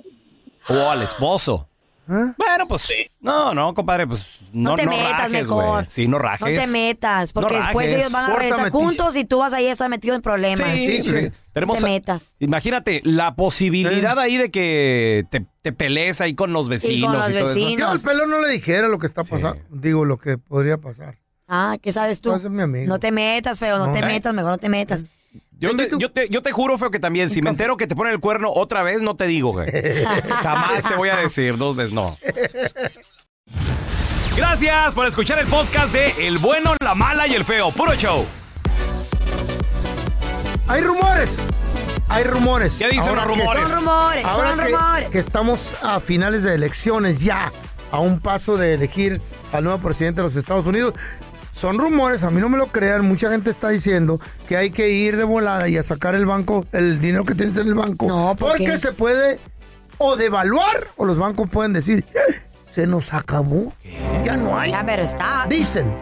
B: O al esposo.
D: ¿Ah?
B: Bueno, pues. No, no, compadre, pues no,
C: te
B: no
C: metas
B: rajes,
C: mejor.
B: güey. Sí, no rajes.
C: No te metas, porque
B: No
C: después
B: rajes.
C: ellos van a
B: Corta
C: regresar
B: metiche.
C: juntos y tú vas ahí a estar metido en problemas.
B: Sí, sí. Tenemos
C: No
B: a-
C: te metas.
B: Imagínate la posibilidad ahí de que te, te pelees ahí con los vecinos y, todo
D: Yo al
B: eso.
D: pelo no le dijera lo que está pasando. Digo, lo que podría pasar.
C: Ah, ¿qué sabes tú?
D: No, ese Pues es mi amigo.
C: No te metas, feo, no,
B: No.
C: te
B: ¿Eh?
C: metas, mejor no te metas.
B: Yo te, yo, te, yo te juro, Feo, que también, si me entero que te ponen el cuerno otra vez, no te digo, güey. Jamás te voy a decir, dos veces no. Gracias por escuchar el podcast de El Bueno, la Mala y el Feo. Puro show.
D: Hay rumores. Hay rumores.
B: ¿Qué dicen los
D: que-
B: rumores? Son rumores,
D: ahora
B: son
D: que-
B: rumores.
D: Que estamos a finales de elecciones ya, a un paso de elegir al nuevo presidente de los Estados Unidos. Son rumores, a mí no me lo crean. Mucha gente está diciendo que hay que ir de volada y a sacar el banco, el dinero que tienes en el banco. No,
C: ¿por
D: porque
C: qué?
D: se puede o devaluar o los bancos pueden decir, "Eh, se nos acabó. Ya no hay.
C: Ya, pero está.
D: Dicen,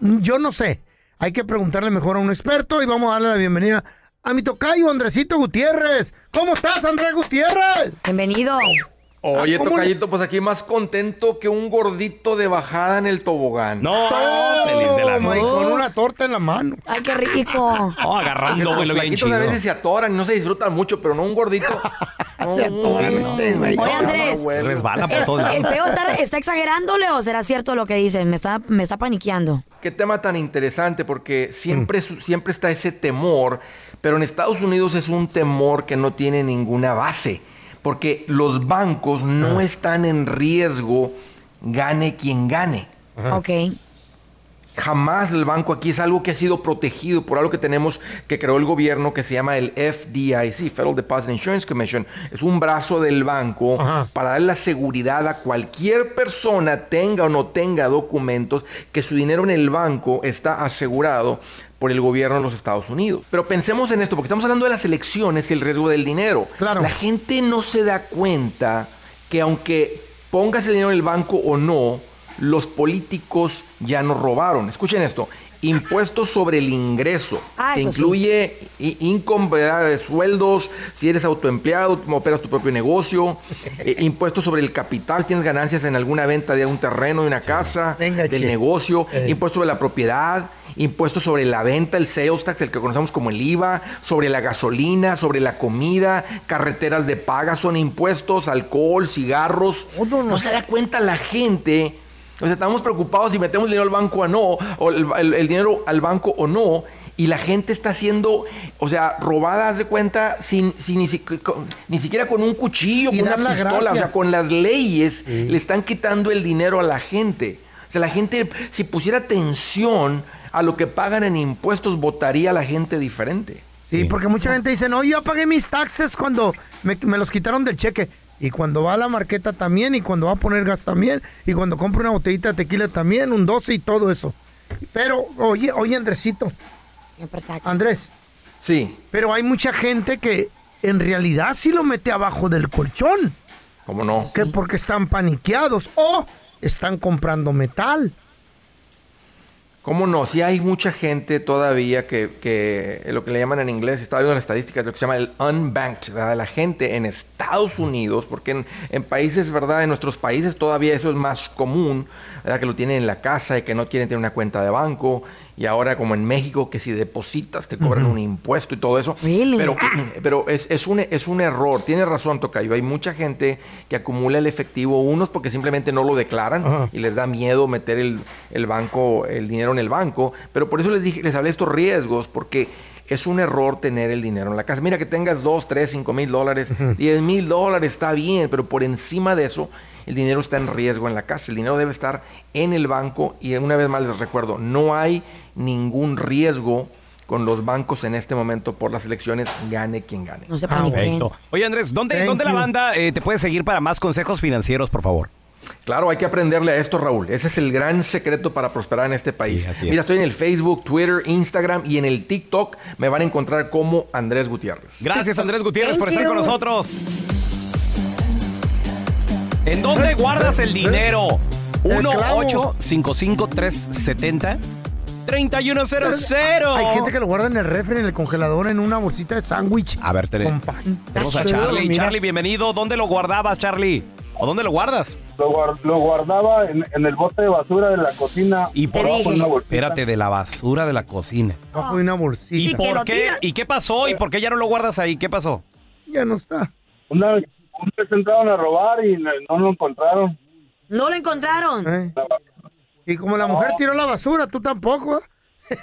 D: yo no sé. Hay que preguntarle mejor a un experto y vamos a darle la bienvenida a mi tocayo, Andresito Gutiérrez. ¿Cómo estás, Andrés Gutiérrez?
C: Bienvenido.
R: Oye,
D: ¿cómo le-
R: tocayito, pues aquí más contento que un gordito de bajada en el tobogán.
B: No, feliz de la
D: Toma, y
B: vida.
D: con una torta en la mano.
C: Ay, qué rico.
B: No,
R: Porque
B: agarrando, güey, lo
R: los
B: bien
R: flaquitos a
B: chido.
R: veces se atoran y no se disfrutan mucho, pero no un gordito. No, no, no,
C: Oye,
R: no,
C: Andrés.
R: no, güey.
B: Resbala por todos
C: ¿El
B: lados.
C: feo está, está exagerándole o será cierto lo que dicen? Me está, me está paniqueando.
R: Qué tema tan interesante, porque siempre, su- siempre está ese temor, pero en Estados Unidos es un temor que no tiene ninguna base, porque los bancos no están en riesgo, gane quien gane.
C: Ok.
R: Jamás el banco aquí es algo que ha sido protegido por algo que tenemos que creó el gobierno que se llama el FDIC, Federal Deposit Insurance Commission. Es un brazo del banco para dar la seguridad a cualquier persona, tenga o no tenga documentos, que su dinero en el banco está asegurado por el gobierno de los Estados Unidos. Pero pensemos en esto, porque estamos hablando de las elecciones y el riesgo del dinero. La gente no se da cuenta que aunque pongas el dinero en el banco o no, los políticos ya nos robaron. Escuchen esto. impuestos sobre el ingreso,
C: Ah,
R: que
C: eso sí.
R: incluye i- income, ¿verdad? de sueldos, si eres autoempleado, como operas tu propio negocio, eh, impuestos sobre el capital, tienes ganancias en alguna venta de un terreno, de una casa, del
D: che.
R: negocio,
D: Eh.
R: impuestos sobre la propiedad, impuestos sobre la venta, el sales tax, el que conocemos como el IVA, sobre la gasolina, sobre la comida, carreteras de paga, son impuestos, alcohol, cigarros. No se da cuenta la gente. O sea, estamos preocupados si metemos dinero al banco o no, o el, el- el dinero al banco o no, y la gente está siendo, o sea, robada, haz de cuenta, sin, sin ni, si- con- ni siquiera con un cuchillo,
D: Y
R: con una
D: dar las
R: pistola, o
D: gracias.
R: sea, con las leyes le están quitando el dinero a la gente. O sea, la gente, si pusiera atención a lo que pagan en impuestos, votaría a la gente diferente.
D: Sí, porque mucha gente dice, no, yo pagué mis taxes cuando me, me los quitaron del cheque. Y cuando va a la marqueta también, y cuando va a poner gas también, y cuando compra una botellita de tequila también, un 12 y todo eso. Pero, oye, oye, Andresito. Andrés.
R: Sí.
D: Pero hay mucha gente que en realidad sí lo mete abajo del colchón.
R: ¿Cómo no?
D: Que porque están paniqueados o están comprando metal.
R: ¿Cómo no? Si hay mucha gente todavía que, que eh, lo que le llaman en inglés, está viendo las estadísticas, lo que se llama el unbanked, ¿verdad? La gente en Estados Unidos, porque en, en países, ¿verdad? En nuestros países todavía eso es más común, ¿verdad? Que lo tienen en la casa y que no quieren tener una cuenta de banco. Y ahora como en México, que si depositas te cobran
D: Ujú.
R: un impuesto y todo eso. Pero, pero es, es un, es un error, tiene razón Tocayo, hay mucha gente que acumula el efectivo, unos porque simplemente no lo declaran
D: Ajá.
R: y les da miedo meter el, el banco, el dinero en el banco, pero por eso les dije, les hablé de estos riesgos, porque es un error tener el dinero en la casa. Mira que tengas 2, 3, 5 mil dólares, 10 mil dólares está bien, pero por encima de eso el dinero está en riesgo en la casa, el dinero debe estar en el banco y una vez más les recuerdo, no hay ningún riesgo con los bancos en este momento por las elecciones, gane quien gane.
C: No se
B: Ah, Perfecto. Oye, Andrés, ¿dónde,
R: Thank
B: ¿dónde la
R: you.
B: banda eh, te puede seguir para más consejos financieros, por favor?
R: Claro, hay que aprenderle a esto, Raúl. Ese es el gran secreto para prosperar en este país.
B: así
R: Mira,
B: es.
R: estoy en el Facebook, Twitter, Instagram y en el TikTok. Me van a encontrar como Andrés Gutiérrez.
B: Gracias, Andrés Gutiérrez, por
R: Thank
B: estar con
R: you.
B: nosotros. ¿En dónde guardas el dinero?
D: Eh, El clavo.
B: 1-855-370-3100.
D: Hay gente que lo guarda en el refri, en el congelador, en una bolsita de sándwich.
B: A ver, Tere.
D: Con pan.
B: Tenemos a
D: Pero
B: Charlie.
D: mira,
B: Charlie, bienvenido. ¿Dónde lo guardabas, Charlie? ¿O dónde lo guardas?
S: Lo, guar- lo guardaba en, en el bote de basura de la cocina.
B: Y por
S: abajo en una bolsita.
B: Espérate, de la basura de la cocina.
D: Bajo de una bolsita.
B: ¿Y por qué? ¿Y qué pasó? ¿Y por qué ya no lo guardas ahí? ¿Qué pasó?
D: Ya no está.
S: Una, una vez entraron a robar y no, no lo encontraron.
C: No lo encontraron.
D: Eh. Y como la mujer tiró la basura, tú tampoco. ¿eh?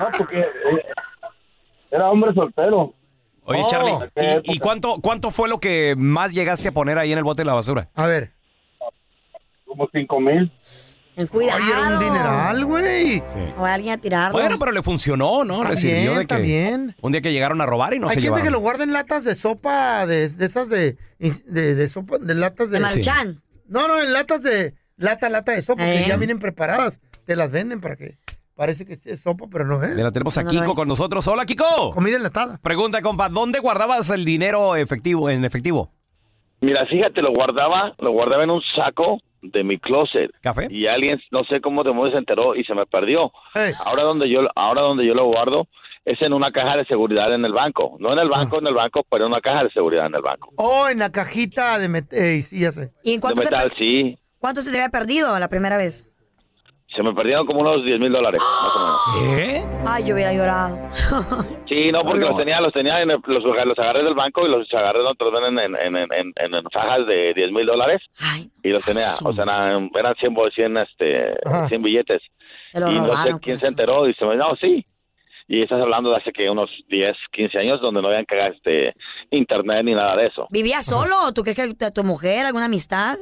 S: No, porque eh, era hombre soltero.
B: Oye,
S: Oh.
B: Charlie,
S: ¿En qué
B: ¿y, y cuánto, cuánto fue lo que más llegaste a poner ahí en el bote de la basura?
D: A ver.
S: Como cinco mil.
C: Eh, Cuidado.
D: Ay, era un dineral, güey.
C: O alguien a tirarlo.
B: Bueno, pero le funcionó, ¿no?
D: Está
B: le sirvió
D: bien,
B: de
D: está
B: que
D: bien.
B: un día que llegaron a robar y no
D: Hay
B: se
D: gente
B: llevaron.
D: que lo guarda en latas de sopa, de, de esas de, de, de sopa, de latas de...
B: De Maruchan.
D: No, no, en latas de, lata, lata de sopa,
B: Eh.
D: que ya vienen preparadas. Te las venden para que parece que sí es sopa, pero no es.
B: Mira, tenemos a Kiko con nosotros. Hola, Kiko.
D: Comida enlatada.
B: Pregunta, compa, ¿dónde guardabas el dinero efectivo en efectivo?
T: Mira, fíjate, lo guardaba, lo guardaba en un saco de mi closet.
B: ¿Café?
T: Y alguien, no sé cómo demonios se enteró y se me perdió. Ahora donde yo, ahora donde yo lo guardo es en una caja de seguridad en el banco. No en el banco, en el banco, pero en una caja de seguridad en el banco.
D: Oh, en la cajita de... met- eh, sí, ya sé.
C: ¿Y en
T: De
C: cuánto se,
T: metal, sí.
C: cuánto se te había perdido la primera vez?
T: Se me perdieron como unos 10 mil dólares, más o menos.
C: Ay, yo hubiera llorado.
T: Sí, no, porque los tenía, los tenía, en el- los, los agarré del banco y los agarré otros en, en, en, en, en, en fajas de 10 mil dólares y los tenía, o sea, eran, eran 100, bol- 100, este,
C: Ajá.
T: 100 billetes.
C: Te lo
T: y no sé
C: robaron, pues.
T: quién se enteró y se me no, sí. Y estás hablando de hace que unos 10, 15 años donde no habían cagado este internet ni nada de eso.
C: ¿Vivías solo? ¿Tú crees que tu- tu mujer, alguna amistad?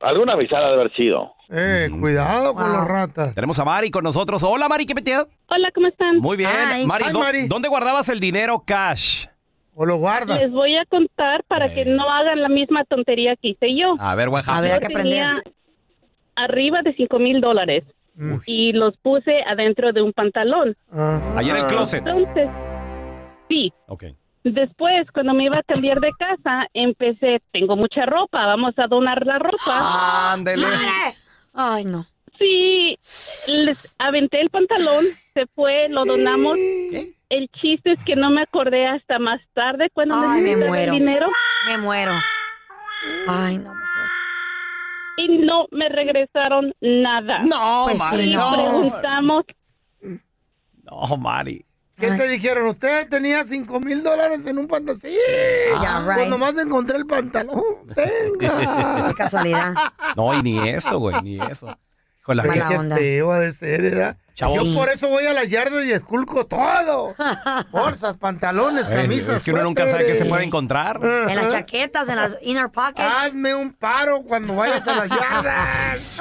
T: Alguna avisada de haber sido.
D: Eh, cuidado
B: con las
D: ratas.
B: Tenemos a Mari con nosotros. Hola, Mari, ¿qué peteo?
U: Hola, ¿cómo están?
B: Muy bien. Mari, ¿dó- ¿dónde guardabas el dinero cash?
D: ¿O lo guardas?
U: Les voy a contar para que no hagan la misma tontería que hice yo.
B: Eh. A ver, what happened?
U: Yo tenía Arriba de cinco mil dólares. Y los puse adentro de un pantalón.
D: Ah.
B: Ahí en el closet.
U: Entonces, sí.
B: Ok.
U: Después, cuando me iba a cambiar de casa, empecé, tengo mucha ropa, vamos a donar la ropa.
B: Ándele.
C: Ay, no.
U: Sí, les aventé el pantalón, se fue, lo donamos. El chiste es que no me acordé hasta más tarde cuando
C: Ay, me
U: necesitaba
C: muero.
U: el dinero.
C: Me muero. Ay, no.
U: Y no me regresaron nada.
B: No,
D: Pues Mari, sí,
U: Y
D: no.
U: preguntamos,
B: No, Mari.
D: ¿Qué te dijeron? Usted tenía 5 mil dólares en un pantalón. Sí.
C: Ah,
B: Ya, right.
D: Cuando más encontré el pantalón. Tenga.
B: Qué
C: casualidad.
B: No, y ni eso, güey, ni eso. Con la
D: Oye, qué feo ha de ser, ¿verdad?
B: Chavos.
D: Yo por eso voy a las yardas y esculco todo. Bolsas, pantalones,
B: A ver,
D: camisas.
B: es que uno nunca sabe qué se puede encontrar.
C: En las chaquetas, en las inner pockets.
D: Hazme un paro cuando vayas a las yardas.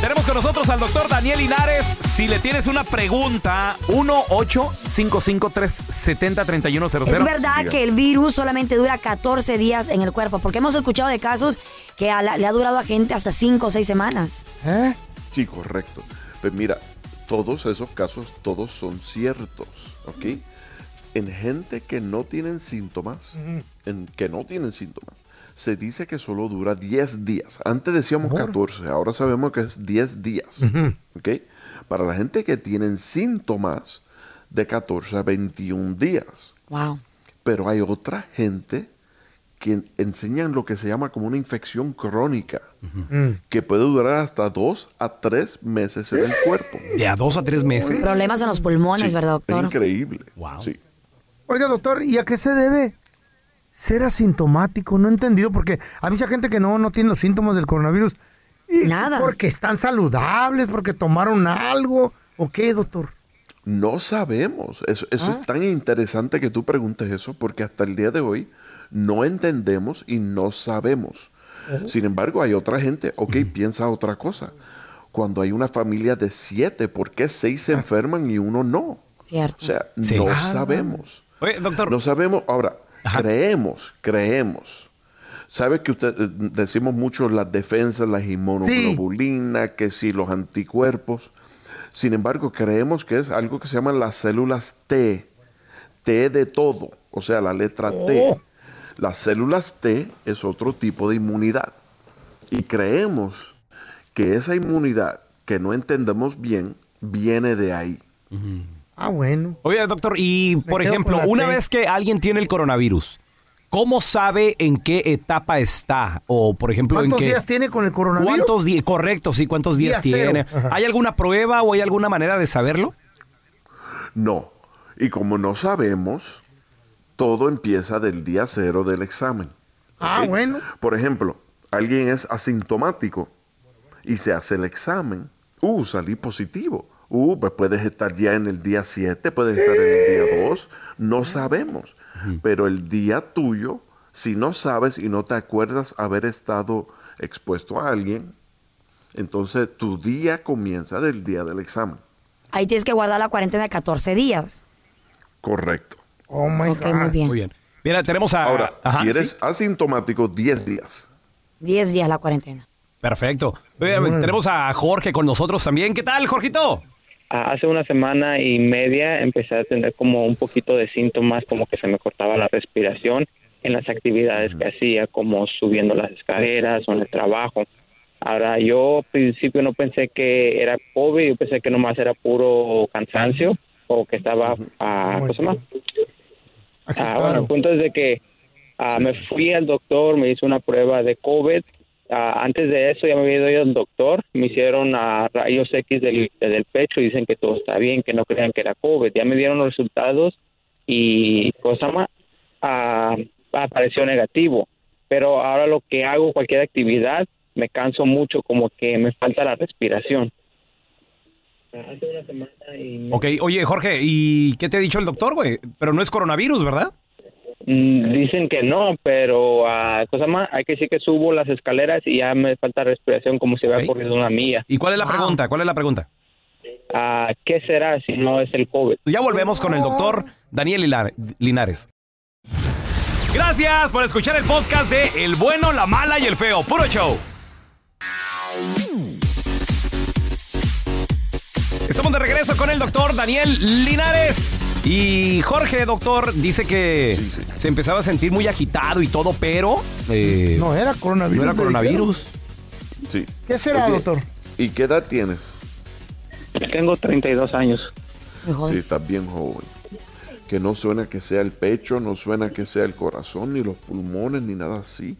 B: Tenemos con nosotros al doctor Daniel Linares. Si le tienes una pregunta, 1 855 370 3100
C: Es verdad que el virus solamente dura 14 días en el cuerpo, porque hemos escuchado de casos que a la- le ha durado a gente hasta 5 o 6 semanas.
V: Sí, correcto. Pues mira, todos esos casos, todos son ciertos, ¿ok? En gente que no tienen síntomas, en que no tienen síntomas, se dice que solo dura 10 días. Antes decíamos 14, ahora sabemos que es 10 días, ¿ok? Para la gente que tienen síntomas, de 14 a 21 días.
C: Wow.
V: Pero hay otra gente que enseñan lo que se llama como una infección crónica
D: Mm.
V: que puede durar hasta dos a tres meses en el cuerpo.
B: ¿De a dos a tres meses?
C: Problemas en los pulmones, ¿verdad, doctor?
V: Increíble. Wow. Sí.
D: Oiga, doctor, ¿y a qué se debe ser asintomático? No he entendido, porque hay mucha gente que no, no tiene los síntomas del coronavirus. Nada. Porque están saludables, porque tomaron algo. ¿O qué, doctor?
V: No sabemos. Eso, eso
C: Ah.
V: es tan interesante que tú preguntes eso porque hasta el día de hoy no entendemos y no sabemos. Sin embargo, hay otra gente, ok, piensa otra cosa. Cuando hay una familia de siete, ¿por qué seis se enferman y uno no?
C: Cierto.
V: O sea,
B: Ah. Sí.
V: no
B: Ah,
V: sabemos.
B: doctor.
V: No sabemos. Ahora, creemos, creemos. ¿Sabes que usted, eh, decimos mucho las defensas, las inmunoglobulinas, que si los anticuerpos? Sin embargo, creemos que es algo que se llaman las células T. T de todo, o sea, la letra T.
B: Oh.
V: Las células T es otro tipo de inmunidad. Y creemos que esa inmunidad que no entendemos bien viene de ahí.
D: Ah, bueno.
B: Oye, doctor, y por
V: quedo
B: ejemplo,
V: con la
B: una
V: T.
B: vez que alguien tiene el coronavirus, ¿cómo sabe en qué etapa está? O, por ejemplo, en
D: ¿Cuántos
B: qué...
D: días tiene con el coronavirus?
B: ¿Cuántos días? Correcto, sí, ¿cuántos días
D: Día cero.
B: tiene?
D: Ajá.
B: ¿Hay alguna prueba o hay alguna manera de saberlo?
V: No. Y como no sabemos, todo empieza del día cero del examen.
D: Ah,
B: Eh,
V: ¿ok?
D: bueno.
V: Por ejemplo, alguien es asintomático y se hace el examen. Uh, salí positivo. Uh, pues puedes estar ya en el día 7, puedes estar en el día 2. No sabemos. Pero el día tuyo, si no sabes y no te acuerdas haber estado expuesto a alguien, entonces tu día comienza del día del examen.
C: Ahí tienes que guardar la cuarentena de 14 días.
V: Correcto.
D: Oh my
C: Ok, muy bien.
B: Mira, tenemos a...
V: Ahora,
B: Ajá,
V: si eres asintomático, 10 días.
C: 10 días la cuarentena.
B: Perfecto. Oye, Tenemos a Jorge con nosotros también. ¿Qué tal, Jorgito?
W: Ah, Hace una semana y media empecé a tener como un poquito de síntomas, como que se me cortaba la respiración en las actividades que hacía, como subiendo las escaleras o en el trabajo. Ahora, yo al principio no pensé que era COVID, yo pensé que nomás era puro cansancio o que estaba, ah, ¿cómo se llama? Ah, bueno, el punto es de que ah, me fui al doctor, me hizo una prueba de COVID. Ah, antes de eso ya me había ido al doctor, me hicieron ah, rayos X del, del pecho y dicen que todo está bien, que no crean que era COVID. Ya me dieron los resultados y cosa más, ah, apareció negativo. Pero ahora lo que hago, cualquier actividad, me canso mucho, como que me falta la respiración.
B: Ok, oye, Jorge, ¿y qué te ha dicho el doctor, güey? Pero no es coronavirus, ¿verdad?
W: Mm, Dicen que no, pero ah, cosa más, hay que decir que subo las escaleras y ya me falta respiración como si hubiera corrido una milla.
B: ¿Y cuál es la pregunta? ¿Cuál es la pregunta?
W: Ah, ¿Qué será si no es el COVID?
B: Ya volvemos con el doctor Daniel Lila- Linares. Gracias por escuchar el podcast de El bueno, la mala y el feo. Puro show. Estamos de regreso con el doctor Daniel Linares. Y Jorge, doctor, dice que se empezaba a sentir muy agitado y todo, pero... eh,
D: No era coronavirus.
B: No era
D: le
B: coronavirus.
D: dijeron.
V: Sí.
D: ¿Qué será,
V: Oye,
D: doctor?
V: ¿Y qué edad tienes?
W: Tengo 32 años.
V: Sí, estás bien joven. Que no suena que sea el pecho, no suena que sea el corazón, ni los pulmones, ni nada así.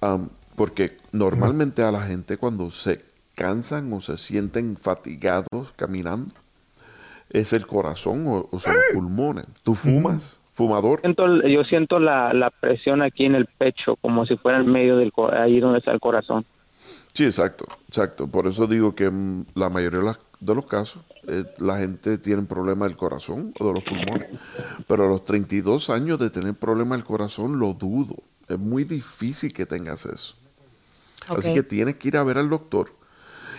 V: Am, porque normalmente a la gente cuando se cansan o se sienten fatigados caminando, es el corazón o, o son los pulmones. ¿Tú fumas? ¿Fumador?
W: Siento el- yo siento la, la presión aquí en el pecho, como si fuera en medio del co- ahí donde está el corazón.
V: Sí, exacto, exacto. Por eso digo que mm, la mayoría de, las- de los casos, eh, la gente tiene problemas del corazón o de los pulmones. Pero a los 32 años de tener problemas del corazón, lo dudo. Es muy difícil que tengas eso. Así
E: Ok.
V: que tienes que ir a ver al doctor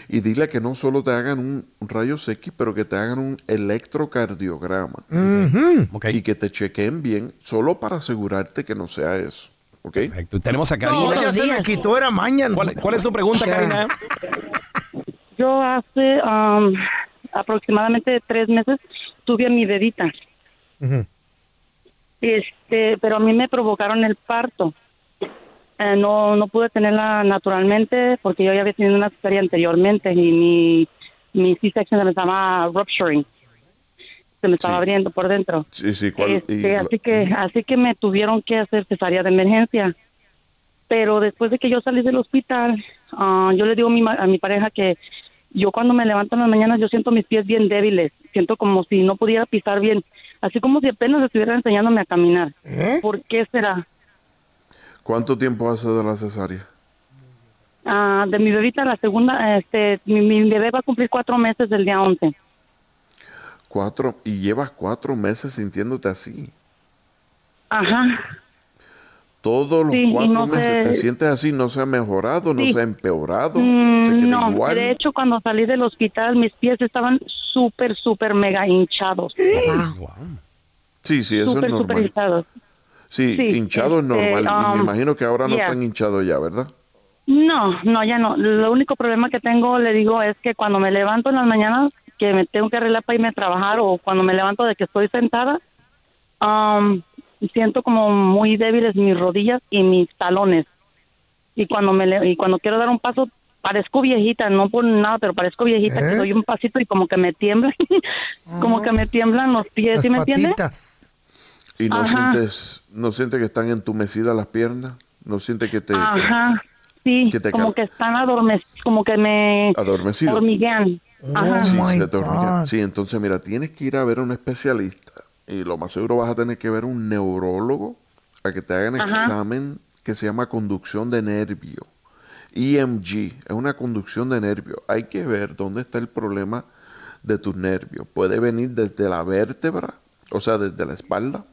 V: y dile que no solo te hagan un un rayo X, pero que te hagan un electrocardiograma
B: Mm,
V: y que te chequeen bien, solo para asegurarte que no sea eso. ¿Ok?
B: Tenemos a
D: No, ya se me quitó, era mañana.
B: ¿Cuál, cuál es tu pregunta, Karina?
X: Yo hace am, aproximadamente tres meses tuve a mi bebita. Este, pero a mí me provocaron el parto. Eh, no, no pude tenerla naturalmente porque yo ya había tenido una cesárea anteriormente y mi, mi C-section se me estaba rupturing. Se me estaba abriendo por dentro.
V: Sí, sí, ¿cuál?
X: Este,
V: y la-
X: así que así que me tuvieron que hacer cesárea de emergencia. Pero después de que yo salí del hospital, ah, yo le digo a mi, ma- a mi pareja que yo cuando me levanto en las mañanas yo siento mis pies bien débiles, siento como si no pudiera pisar bien, así como si apenas estuviera enseñándome a caminar. ¿Por qué será?
V: ¿Cuánto tiempo hace de la cesárea?
X: Ah, de mi bebita, la segunda, este, mi, mi bebé va a cumplir cuatro meses el día 11.
V: Cuatro, y llevas cuatro meses sintiéndote así.
X: Ajá,
V: Todos los
X: Sí, y
V: cuatro
X: no
V: meses
X: sé-
V: te sientes así, no se ha mejorado, no
X: Sí.
V: se ha empeorado,
X: Mm,
V: se queda
X: no,
V: igual.
X: de hecho cuando salí del hospital mis pies estaban súper, súper mega hinchados.
V: Sí, sí, eso
X: Súper, súper
V: es normal.
X: hinchados.
V: Sí,
X: Sí,
V: hinchado es
X: este,
V: normal. y
X: um,
V: me imagino que ahora no
X: yeah.
V: están hinchados ya, ¿verdad?
X: No, no, ya no. Lo único problema que tengo, le digo, es que cuando me levanto en las mañanas, que me tengo que arreglar para irme a trabajar o cuando me levanto de que estoy sentada, am, siento como muy débiles mis rodillas y mis talones. Y cuando me le- y cuando quiero dar un paso, parezco viejita, no por nada, pero parezco viejita,
P: ¿Eh?
X: que doy un pasito y como que me tiemblan, como que me tiemblan los pies, ¿sí me entiendes?
V: Y no
X: Ajá.
V: sientes, no sientes que están entumecidas las piernas, no sientes que te
X: Ajá, sí,
V: este, que te
X: como
V: cal-
X: que están adormecidos, como que me
V: adormecido.
X: hormiguean.
C: Oh
X: Ajá.
V: Sí, se te hormiguea. Sí, entonces mira, tienes que ir a ver a un especialista y lo más seguro vas a tener que ver a un neurólogo a que te hagan
Y: Ajá.
V: examen que se llama conducción de nervio. EMG es una conducción de nervio. Hay que ver dónde está el problema de tus nervios. Puede venir desde la vértebra, o sea, desde la espalda,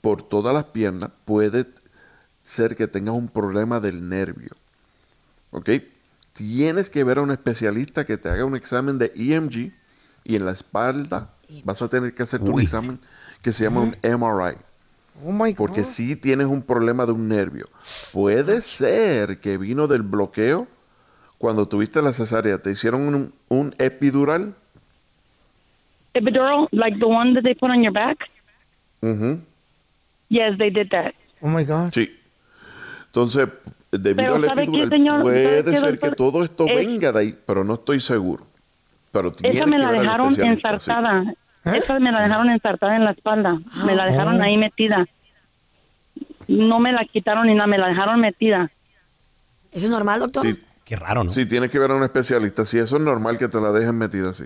V: por todas las piernas. Puede ser que tengas un problema del nervio. ¿ok? Tienes que ver a un especialista que te haga un examen de EMG y en la espalda vas a tener que hacerte un examen que se llama un MRI. Porque si tienes un problema de un nervio, puede ser que vino del bloqueo cuando tuviste la cesárea, te hicieron un, un epidural.
X: Epidural, like the one that they put on your back?
V: Ujú,
X: Yes, they did that.
V: Sí. Entonces, debido
X: Pero
V: al
X: ¿sabe qué,
V: epidural,
X: señor?
V: puede
X: ¿Sabe qué,
V: ser que
X: doctor?
V: todo esto
X: Es-
V: venga de ahí, pero no estoy seguro. Pero tienes
X: Esa me
V: que
X: la
V: ver al
X: dejaron
V: especialista, sí.
X: ensartada.
C: ¿Eh?
X: Esa me la dejaron ensartada en la espalda. Me la dejaron
V: Oh.
X: ahí metida. No me la quitaron ni nada, me la dejaron metida.
C: ¿Eso es normal, doctor?
V: Sí.
B: Qué raro, ¿no?
V: Sí, tienes que ver a un especialista. Si eso es normal que te la dejen metida así.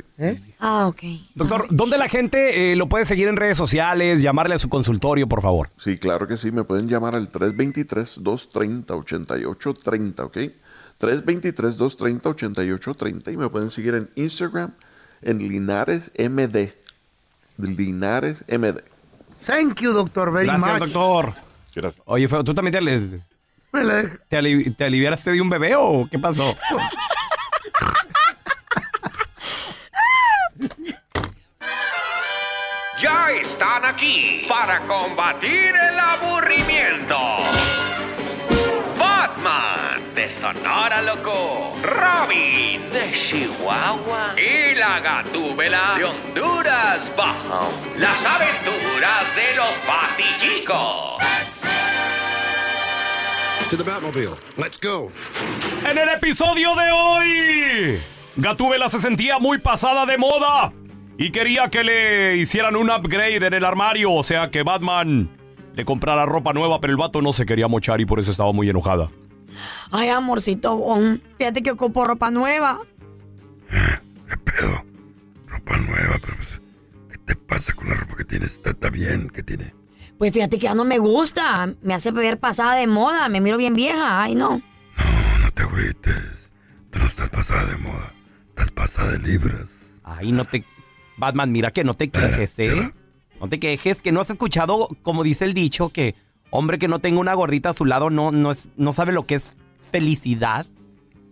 C: Ah, ok.
B: Doctor, ¿dónde la gente eh, lo puede seguir en redes sociales, llamarle a su consultorio, por favor?
V: Sí, claro que sí. Me pueden llamar al 323-230-8830, ¿ok? 323-230-8830 y me pueden seguir en Instagram en Linares MD. Linares MD.
D: Thank you, doctor, very
B: Gracias,
D: much.
B: doctor. Oye, feo, ¿tú también te, ale- te, ali- te aliviaste de un bebé o qué pasó?
J: Ah. Ya están aquí para combatir el aburrimiento. Batman de Sonora Loco, Robin de Chihuahua y la Gatúbela de Honduras Bajo. Las aventuras de los Batichicos.
E: to the Batmobile. Let's go.
B: En el episodio de hoy, Gatúbela se sentía muy pasada de moda y quería que le hicieran un upgrade en el armario, o sea que Batman le comprara ropa nueva, pero el vato no se quería mochar y por eso estaba muy enojada.
C: Ay, amorcito, um, fíjate que ocupo ropa nueva.
G: pasa con la ropa que tienes? Está, está bien que tiene.
C: Pues fíjate que ya no me gusta. Me hace ver pasada de moda. Me miro bien vieja. Ay, no.
G: Te agüites. Tú no estás pasada de moda. Estás pasada de libras.
B: Ay, no te... Batman, mira que no te quejes, ¿eh? No te quejes, que no has escuchado, como dice el dicho, que hombre que no tenga una gordita a su lado no, no, es, no sabe lo que es felicidad.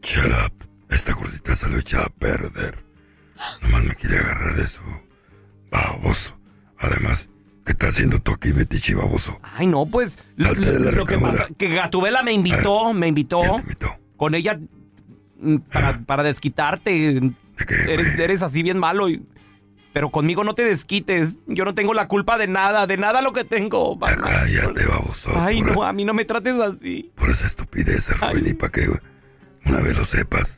G: Shut up. Esta gordita se lo echa a perder. Nomás me quiere agarrar de su baboso. Además, ¿qué está haciendo tú aquí, metiche baboso?
B: Ay, no, pues lo,
G: Salte de la
B: lo que
G: recámara.
B: pasa, que Gatubela me invitó, me invitó. Con ella mm, para, para desquitarte. Eres, eres así bien malo. y- pero conmigo no te desquites. Yo no tengo la culpa de nada, de nada lo que tengo. Batman.
G: Cállate, baboso.
B: Ay, no, a mí no me trates así.
G: Por esa estupidez, Robin, y para que una vez lo sepas,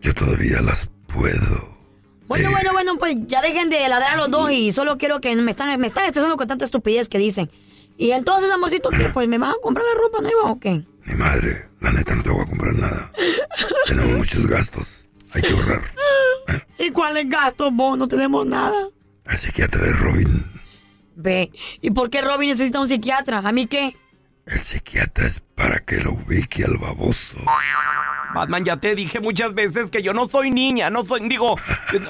G: yo todavía las puedo. Eh,
C: Bueno, bueno, bueno, pues ya dejen de ladrar a los dos y solo quiero que me están, me están estresando con tanta estupidez que dicen. Y entonces, amorcito, ¿qué? Pues me vas a comprar la ropa nueva o qué?
G: Mi madre, la neta no te voy a comprar nada. Tenemos muchos gastos. Hay que ahorrar.
C: ¿Y cuál es gasto, vos? No tenemos nada.
G: Así que atrae Robin.
C: Ve, ¿y por qué Robin necesita un psiquiatra? ¿A mí qué?
G: El psiquiatra es para que lo ubique al baboso.
B: Batman, ya te dije muchas veces que yo no soy niña, no soy, digo,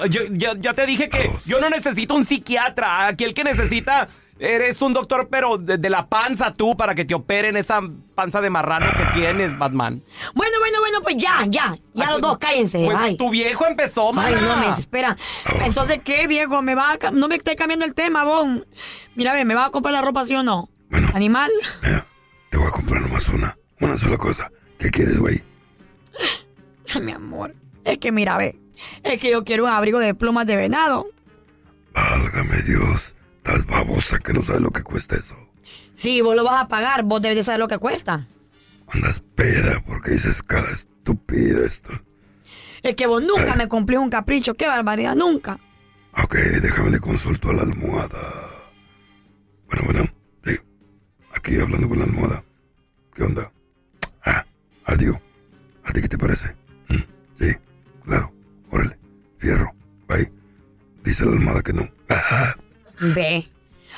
B: yo- ya, ya te dije que yo no necesito un psiquiatra, aquí el que necesita eres un doctor, pero de, de la panza tú, para que te operen esa panza de marrano que tienes, Batman.
C: Bueno, bueno, bueno, pues ya, ya. Ya los dos, cállense.
B: pues,
C: Ay.
B: tu viejo empezó,
C: Ay,
B: mana.
C: no me espera. Entonces, ¿qué, viejo? Me va a ca- No me esté cambiando el tema, bon. Mira, ve, ¿me vas a comprar la ropa sí o no? Animal.
G: Te voy a comprar nomás una. Una sola cosa. ¿Qué quieres, güey?
C: Mi amor. Es que mira, ve. Es que yo quiero un abrigo de plumas de venado.
G: Válgame Dios. Estás babosa que no sabes lo que cuesta eso.
C: Sí, vos lo vas a pagar. Vos debes de saber lo que cuesta.
G: Andas peda porque dices cada estúpida esto.
C: Es que vos nunca me cumplís un capricho. Qué barbaridad, nunca.
G: Ok, déjame le consulto a la almohada. Bueno, bueno, sí. Aquí hablando con la almohada. ¿Qué onda? Ah, adiós. ¿A ti qué te parece? Mm, Sí, claro. Órale, fierro. Bye. Dice la almohada que no. Ajá,
C: Ve.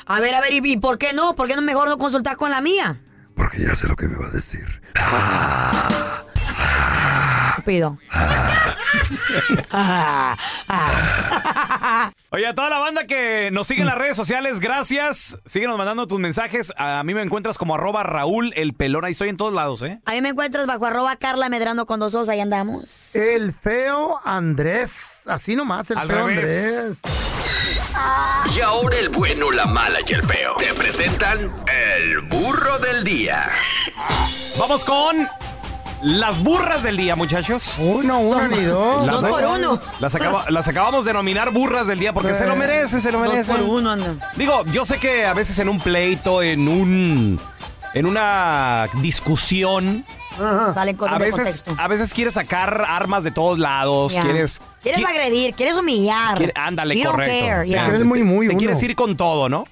C: A ver, a ver, ¿y, y por qué no? ¿Por qué no mejor no consultás con la mía?
G: porque ya sé lo que me va a decir.
C: Pido.
B: Oye, a toda la banda que nos sigue en las redes sociales, gracias. Síguenos mandando tus mensajes. A mí me encuentras como arroba Raúl el pelón. Ahí estoy en todos lados, ¿eh?
C: A mí me encuentras bajo arroba Carla Medrano con dos os, ahí andamos.
D: El feo Andrés. Así nomás, el
J: Al
D: feo
J: revés.
D: Andrés.
J: Y ahora el bueno, la mala y el feo. Te presentan el burro del día.
B: Vamos con las burras del día, muchachos.
D: Uno, uno, ni dos.
B: Las-
D: Dos por uno.
B: Las, acaba- las acabamos de nominar burras del día porque se
D: Eh,
C: Pues,
B: lo merece, se lo merece. Digo, yo sé que a veces en un pleito, en un. en una discusión.
C: Salen cosas
B: A
C: de
B: veces,
C: contexto.
B: a veces quieres sacar armas de todos lados,
C: Ya.
B: quieres.
C: Quieres
B: qui-
C: agredir, quieres humillar.
B: quiere- ándale,
C: You don't
B: correcto.
C: care, ya.
B: Te- te- te quieres ir con todo, ¿no?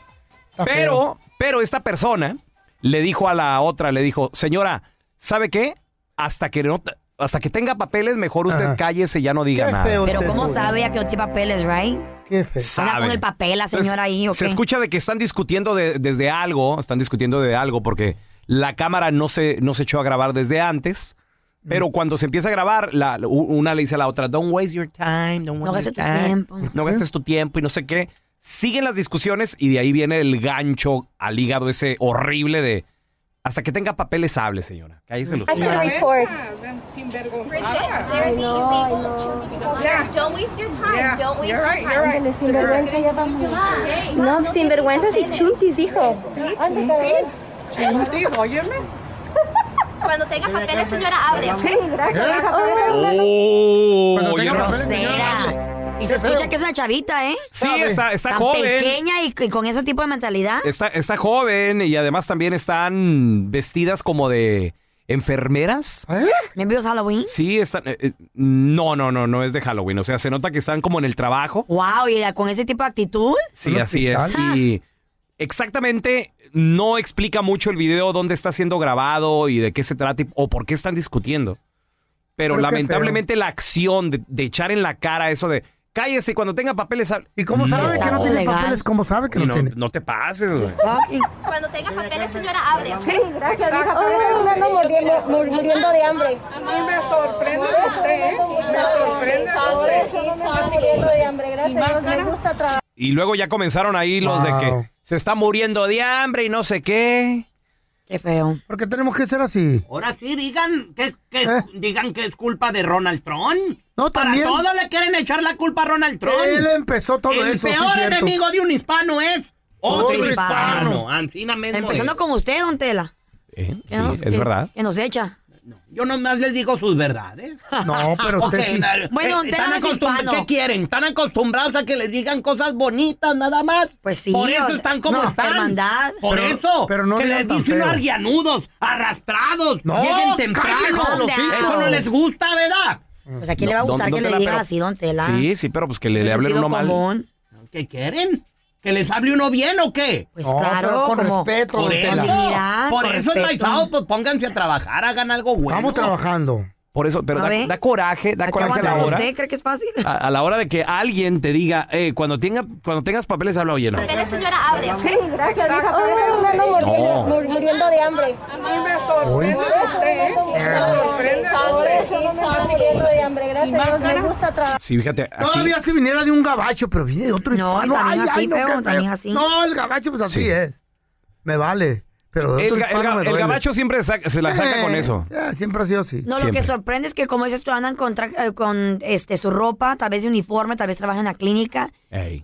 B: Pero, pero esta persona le dijo a la otra, le dijo, señora, ¿sabe qué? Hasta que no, t- hasta que tenga papeles, mejor usted cállese y ya no diga nada.
C: Pero ¿cómo sabe a qué tiene papeles, right?
D: ¿Qué
C: Anda
B: Sabe.
C: con el papel la señora ahí, ¿o
B: Se
C: qué?
B: escucha de que están discutiendo de- desde algo, están discutiendo de algo porque la cámara no se, no se echó a grabar desde antes. Pero cuando se empieza a grabar, la, u- una le dice a la otra, don't waste your time, don't waste
C: No
B: your
C: gastes tu
B: time,
C: tiempo.
B: No gastes tu tiempo y no sé qué. Siguen las discusiones y de ahí viene el gancho al hígado ese horrible de hasta que tenga papeles hable, señora. Cállese los
I: I can report. I know, I know.
Y: Yeah. Don't waste your time.
I: Yeah,
Y: Don't waste
I: you're
Y: your
I: right,
Y: time.
I: you're right.
Y: You're
I: Sinvergüenza
Y: gonna keep
I: ya
Y: you
B: ¿Eh?
Y: up.
I: No, sinvergüenzas y chuntis, dijo.
Y: chuntis.
I: Chuntis, óyeme.
Y: Cuando tenga papeles, señora, hable. ¿ok?
I: Sí, gracias, hija, pero-
B: Oh,
I: Cuando
B: oye,
I: tenga
B: no.
I: papeles,
C: Grosera. Y se
I: Qué
C: escucha
I: feo.
C: que es una chavita, ¿eh?
B: Sí, está- está
C: Tan
B: joven.
C: pequeña y, y con ese tipo de mentalidad.
B: Está, está joven y además también están vestidas como de ¿Enfermeras?
C: ¿Me envíos Halloween?
B: Sí, están. eh, eh, no, no, no, no es de Halloween. O sea, se nota que están como en el trabajo.
C: Wow, y con ese tipo de actitud.
B: Sí, así es. Y exactamente no explica mucho el video dónde está siendo grabado y de qué se trata y- o por qué están discutiendo. Pero
D: Pero qué
B: lamentablemente la acción de, de echar en la cara eso de cállese cuando tenga papeles. ¿Y
D: ¿Cómo sabe que no tiene papeles? ¿Cómo sabe que no, tiene?
B: No te pases. güey.
Y: Cuando tenga papeles, señora, hable.
I: Sí, gracias, hija. Por eso me ando muriendo, mur- muriendo de hambre.
E: me sorprende de usted, ¿eh? Me sorprende de usted.
I: Estoy muriendo de hambre, gracias. a Dios, me gusta trabajar.
B: Y luego ya comenzaron ahí los de que se está muriendo de hambre y no sé qué.
C: Qué feo.
D: ¿Por qué tenemos que ser así?
F: Ahora sí, digan que, que- digan que es culpa de Ronald Trump.
D: ¿Eh? No, también.
F: Para todo le quieren echar la culpa a Ronald Trump.
D: Él em- empezó todo
F: El
D: eso, sí,
F: peor
D: cierto.
F: enemigo de un hispano es otro,
C: Otro hispano.
F: hispano. Ancina mismo
C: Empezando
F: es.
C: con usted, don Tela. Que nos-
F: es
C: que-
F: verdad.
C: Que nos echa.
F: Yo nomás les digo sus verdades.
D: No, pero usted
F: Ok,
D: sí.
F: na-
C: Bueno,
F: eh,
C: usted
F: están
C: no es
F: acostum-
C: hispano.
F: ¿Qué quieren? Están acostumbrados a que les digan cosas bonitas nada más. Pues
C: sí, o
F: Por eso
C: sea,
F: están como
C: no,
F: están.
C: hermandad.
F: Por
C: Pero-
F: eso.
C: pero no
F: que
C: digan
F: les
C: tan
F: dicen
C: feo.
F: argianudos, arrastrados,
C: No,
F: lleguen temprano.
C: cállense los hijos.
F: ¡Oh, Eso no les gusta, ¿verdad?
C: Pues aquí le va a gustar que le diga así, don Tela.
B: Sí, sí, pero pues que le,
C: Ese
B: le hablen
C: sentido
B: uno mal.
C: común.
F: ¿Qué quieren? ¿Que les hable uno bien o qué?
C: Pues No, claro, pero con como- respeto,
F: Por
C: don
F: eso,
C: Tela. dignidad,
F: por
C: con
F: eso es
C: respeto.
F: maizado, pues pónganse a trabajar, hagan algo bueno.
B: Estamos
D: trabajando.
B: Por eso, pero
C: ¿No
B: da,
C: ve?
B: da coraje, da
C: Aquí
B: coraje a la
C: aguantamos
B: hora.
C: usted? ¿Cree que es fácil?
B: A, a la hora de que alguien te diga, eh, cuando, tenga, cuando tengas papeles, habla oye, no.
Y: Papeles, señora, hable.
I: Sí, gracias, hija. Por eso me ando muriendo,
B: No.
I: mur- muriendo de hambre. me sorprende de usted, ¿eh? Me sorprende de usted. Estoy muriendo de hambre, gracias. a Dios, me gusta trabajar.
B: Sí, fíjate. aquí-
D: Todavía si viniera de un gabacho, pero viene de otro
C: No,
D: hispano.
C: también así,
D: no,
C: feo,
D: qué
C: también así.
D: No, el gabacho, pues así
B: Sí.
D: es. Me vale. Pero de
B: el,
D: otro
B: ga- el
D: hispano
B: ga-
D: me
B: el
D: duele.
B: gabacho siempre saca- se la saca
D: Eh,
B: con eso.
D: eh, siempre ha sido así.
C: No, lo
B: Siempre.
C: que sorprende es que como dices tú andan con, tra- eh, con, este, su ropa, tal vez de uniforme, tal vez trabajan en la clínica.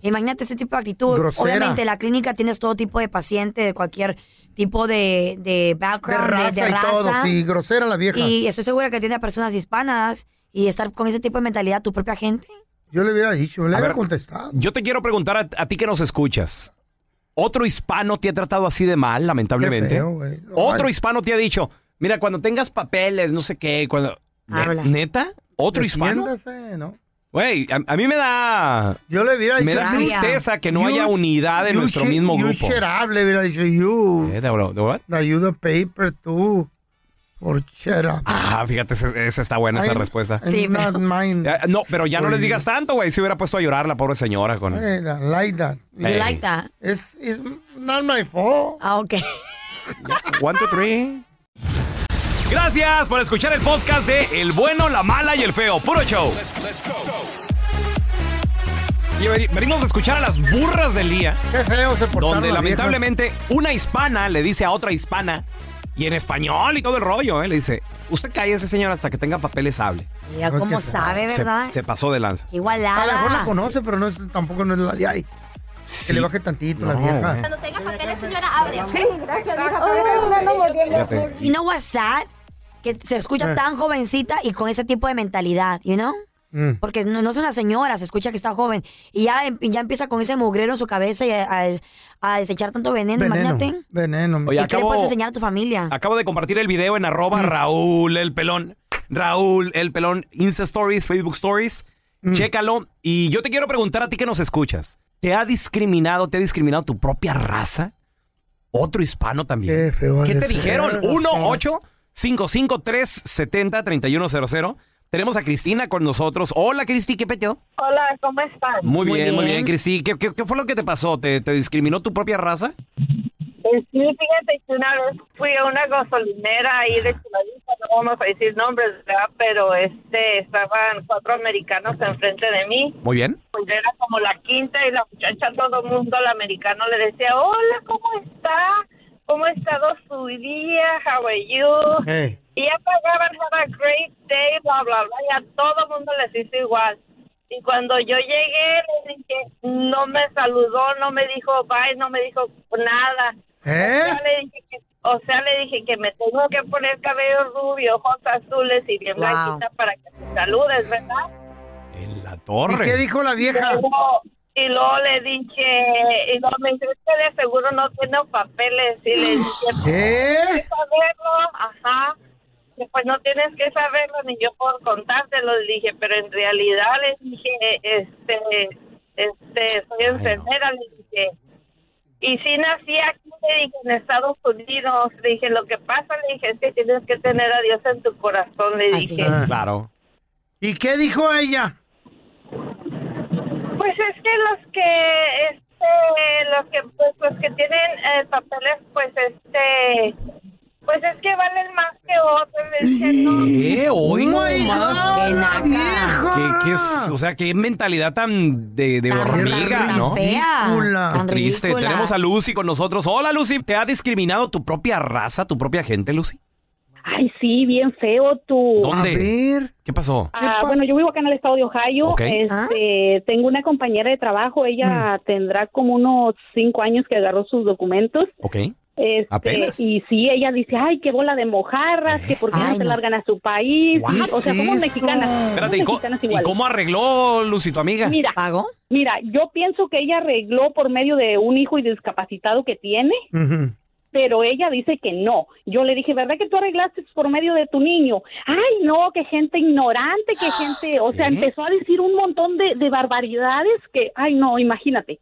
C: Imagínate ese tipo de actitud.
D: Grosera.
C: Obviamente en la clínica tienes todo tipo de paciente, de cualquier tipo de, de
D: De
C: background, de,
D: raza
C: de
D: y
C: raza.
D: todo, sí, grosera la vieja.
C: Y estoy segura que tiene a personas hispanas y estar con ese tipo de mentalidad tu propia gente.
D: Yo le hubiera dicho, le
B: A
D: hubiera
B: ver,
D: contestado.
B: Yo te quiero preguntar a, a ti que nos escuchas. ¿Otro hispano te ha tratado así de mal, lamentablemente?
D: Qué feo, güey. No,
B: ¿Otro
D: vale.
B: hispano te ha dicho, mira, cuando tengas papeles, no sé qué, cuando... Ne- ¿Neta? ¿Otro hispano?
D: Defiéndase, ¿no?
B: Güey, a, a mí me da...
D: Yo le hubiera
B: Me
D: dicho,
B: da
D: "You-
B: tristeza que no
D: you-
B: haya unidad en
D: you
B: nuestro
D: shit-
B: mismo
D: you
B: grupo.
D: shut up, le hubiera dicho, you.
B: ¿Eh, Debra- Debra?
D: Ayuda paper, tú. Por shut up.
B: Ah, fíjate, esa, esa está buena esa
D: I'm-
B: respuesta.
D: I'm not mine.
B: Eh, No, pero ya no
D: Oye.
B: les digas tanto, güey. Se hubiera puesto a llorar la pobre señora con...
D: Eh, I like that.
B: You Hey. like
C: that?
D: It's, it's not my fault.
C: Ah, ok.
B: One, two, three. Gracias por escuchar el podcast de El Bueno, La Mala y El Feo. Puro show. Y veni- venimos a escuchar a las burras del día.
D: Qué feo se portaron
B: Donde
D: las
B: lamentablemente una hispana le dice a otra hispana, y en español y todo el rollo, ¿eh? le dice, usted cállese señor hasta que tenga papeles hable.
C: Ya cómo sabe,
B: Se,
C: ¿verdad?
B: se pasó de lanza.
C: Igualada.
D: A lo mejor la conoce, pero no es, tampoco no es la de ahí. Que le baje tantito la
B: No.
D: vieja.
Y: Cuando tenga papeles, señora, hable.
I: Sí, gracias, hija.
C: tá Ah,
I: Por eso me ando muriendo.
B: Fíjate.
C: You know what's sad? Que se escucha
D: Eh.
C: tan jovencita y con ese tipo de mentalidad, you know?
D: Mm.
C: Porque no, no es una señora, se escucha que está joven. Y ya, em- ya empieza con ese mugrero en su cabeza y a, a- a desechar tanto veneno,
D: Veneno.
C: imagínate.
D: Veneno. mi-
B: Oye,
C: ¿Y qué le
B: acabo-
C: puedes enseñar a tu familia?
B: Acabo de compartir el video en
D: Mm.
B: arroba Raúl el Pelón. Raúl el Pelón, Insta Stories, Facebook Stories.
D: Mm.
B: Chécalo. Y yo te quiero preguntar a ti que nos escuchas. ¿Te ha discriminado, te ha discriminado tu propia raza? ¿Otro hispano también? Qué,
D: ha de
B: te
D: ser.
B: dijeron?
D: Groseros.
B: 1 8 70 3100 Tenemos a Cristina con nosotros. Hola, Cristi, ¿qué peteo?
M: Hola, ¿cómo están?
B: Muy, bien, muy bien, Cristi. ¿Qué, qué, qué fue lo que te pasó? ¿Te, te discriminó tu propia raza?
M: Eh, Sí, fíjate que una vez fui a una gasolinera ahí de Chulavista, no vamos a decir nombres, ¿verdad? pero este, estaban cuatro americanos enfrente de mí.
B: Muy bien.
M: Pues yo era como la quinta y la muchacha, todo el mundo, al americano le decía, hola, ¿cómo está? ¿Cómo ha estado su día? How are you?
D: Hey.
M: Y ya pagaban, have a great day, bla, bla, bla, y a todo el mundo les hizo igual. Y cuando yo llegué, le dije, no me saludó, no me dijo bye, no me dijo nada.
D: ¿Eh?
M: O, sea, le dije que, o sea, le dije que me tengo que poner cabello rubio, ojos azules y bien
B: Wow.
M: blanquita para que me saludes, ¿verdad?
B: La torre.
D: la vieja?
M: Y luego, y luego le dije, y luego me dice, "Usted de seguro no tiene papeles. Y le dije,
D: ¿Qué?
M: "Vamos a verlo". Ajá. que, pues no tienes que saberlo ni yo por contártelo, le dije, pero en realidad le dije, este, este, soy enfermera, le dije, y sí nací aquí, le dije, en Estados Unidos, le dije, lo que pasa, le dije, es que tienes que tener a Dios en tu corazón, le dije.
D: Ah.
B: Claro.
D: ¿Y qué dijo ella?
M: Pues es que los que, este, los que, pues, los que tienen eh, papeles, pues, este, pues es que valen más que otros, le dije, no.
B: ¿Qué? Hoy
M: No,
B: nomás.
M: hija,
B: ¿Qué,
M: naca.
B: qué es, o sea, qué mentalidad tan de, de hormiga,
C: tan
B: ¿no?
C: fea, Ridícula. tan
B: Qué triste.
C: ridícula.
B: Tenemos a Lucy con nosotros. Hola, Lucy. ¿Te ha discriminado tu propia raza, tu propia gente, Lucy?
A: Ay, sí, bien feo tú.
B: ¿Dónde? ¿Qué pasó?
A: Ah, bueno, yo vivo acá en el estado de Ohio.
B: Ok.
A: Este, Tengo una compañera de trabajo. Ella
B: Mm.
A: tendrá como unos cinco años que agarró sus documentos.
B: Ok.
A: Este,
B: Apenas. Eh.
A: Y sí, ella dice, ay, qué bola de mojarras, que por qué no se largan a su país.
B: What
A: O sea,
B: is
A: somos
B: eso?
A: mexicanas.
B: Espérate, ¿y,
A: somos
B: co-
A: mexicanas
B: y
A: iguales.
B: cómo arregló Lucy, tu amiga?
A: Mira, Mira, yo pienso que ella arregló por medio de un hijo y discapacitado que tiene. pero ella dice que no. Yo le dije, ¿verdad que tú arreglaste por medio de tu niño? Ay, no, que gente ignorante, que gente, o sea,
Z: ¿Qué?
A: empezó a decir un montón de, de barbaridades que, ay, no, imagínate.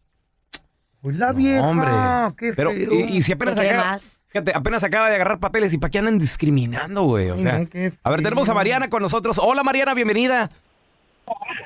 D: La vieja.
B: Hombre.
D: qué
B: Pero,
D: feo.
B: y, y si apenas
A: Se cree
B: acaba,
A: más.
B: fíjate, apenas acaba de agarrar papeles, ¿y para qué andan discriminando, güey? O
D: Ay,
B: sea,
D: no, qué
B: a ver, tenemos a Mariana con nosotros. Hola, Mariana, bienvenida.